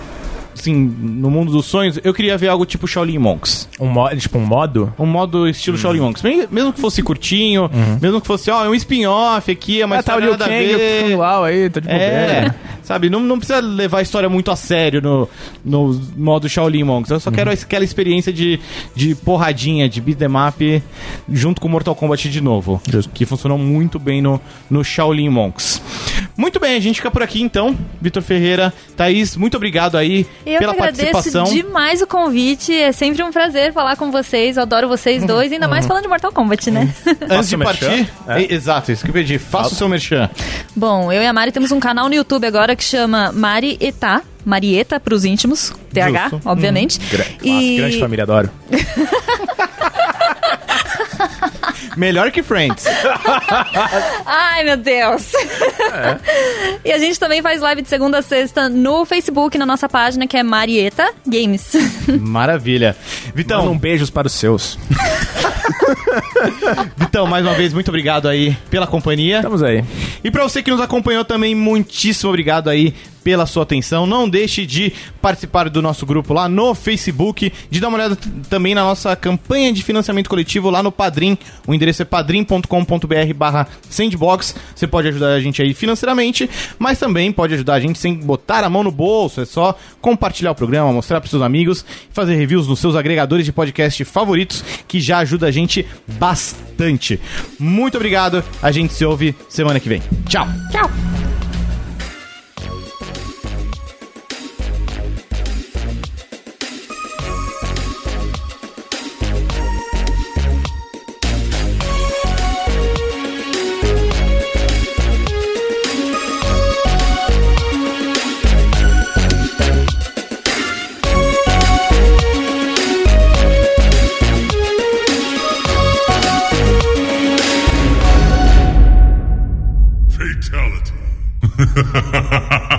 [SPEAKER 1] assim, no mundo dos sonhos, eu queria ver algo tipo Shaolin Monks.
[SPEAKER 2] Um modo, tipo um modo?
[SPEAKER 1] Um modo
[SPEAKER 2] Hum.
[SPEAKER 1] estilo Shaolin Monks. Me- Mesmo que fosse curtinho, mesmo que fosse, ó, é um spin-off aqui, é mais
[SPEAKER 2] Uhum. ah, tá o Liu
[SPEAKER 1] nada a
[SPEAKER 2] Kang,
[SPEAKER 1] ver.
[SPEAKER 2] o Kung Lao aí, tá de bobeira.
[SPEAKER 1] É, sabe, não, não precisa levar a história muito a sério no, no modo Shaolin Monks. Eu só quero
[SPEAKER 2] Uhum.
[SPEAKER 1] aquela experiência de, de porradinha, de beat 'em up, junto com Mortal Kombat de novo.
[SPEAKER 2] Justo.
[SPEAKER 1] Que funcionou muito bem no, no Shaolin Monks. Muito bem, a gente fica por aqui então. Vitor Ferreira, Thaís, muito obrigado aí
[SPEAKER 3] Eu
[SPEAKER 1] pela
[SPEAKER 3] que agradeço
[SPEAKER 1] participação.
[SPEAKER 3] demais o convite. É sempre um prazer falar com vocês. Eu adoro vocês
[SPEAKER 1] Uhum.
[SPEAKER 3] dois, ainda mais falando de Mortal Kombat, né?
[SPEAKER 1] Antes de
[SPEAKER 2] o merchan? é.
[SPEAKER 1] partir, e- exato, isso que eu pedi. Faça o seu merchan.
[SPEAKER 3] Bom, eu e a Mari temos um canal no YouTube agora que chama Mari Etá. Marieta pros íntimos, TH,
[SPEAKER 1] Justo. Hum,
[SPEAKER 3] obviamente.
[SPEAKER 2] Gra- clássico, Grande família, adoro.
[SPEAKER 1] Melhor que Friends.
[SPEAKER 3] Ai, meu Deus. e a gente também faz live de segunda a sexta no Facebook, na nossa página, que é Marieta Games.
[SPEAKER 1] Maravilha.
[SPEAKER 2] Então,
[SPEAKER 1] Vitão,
[SPEAKER 2] um beijos para os seus.
[SPEAKER 1] Vitão, mais uma vez, muito obrigado aí pela companhia.
[SPEAKER 2] Estamos aí.
[SPEAKER 1] E pra você que nos acompanhou também, muitíssimo obrigado aí pela sua atenção. Não deixe de participar do nosso grupo lá no Facebook, de dar uma olhada t- também na nossa campanha de financiamento coletivo lá no Padrim. O endereço é padrim.com.br barra sandbox. Você pode ajudar a gente aí financeiramente, mas também pode ajudar a gente sem botar a mão no bolso. É só compartilhar o programa, mostrar pros seus amigos, fazer reviews nos seus agregadores de podcast favoritos, que já ajuda a gente bastante. Muito obrigado. A gente se ouve semana que vem. Tchau.
[SPEAKER 3] Tchau.
[SPEAKER 4] Fatality.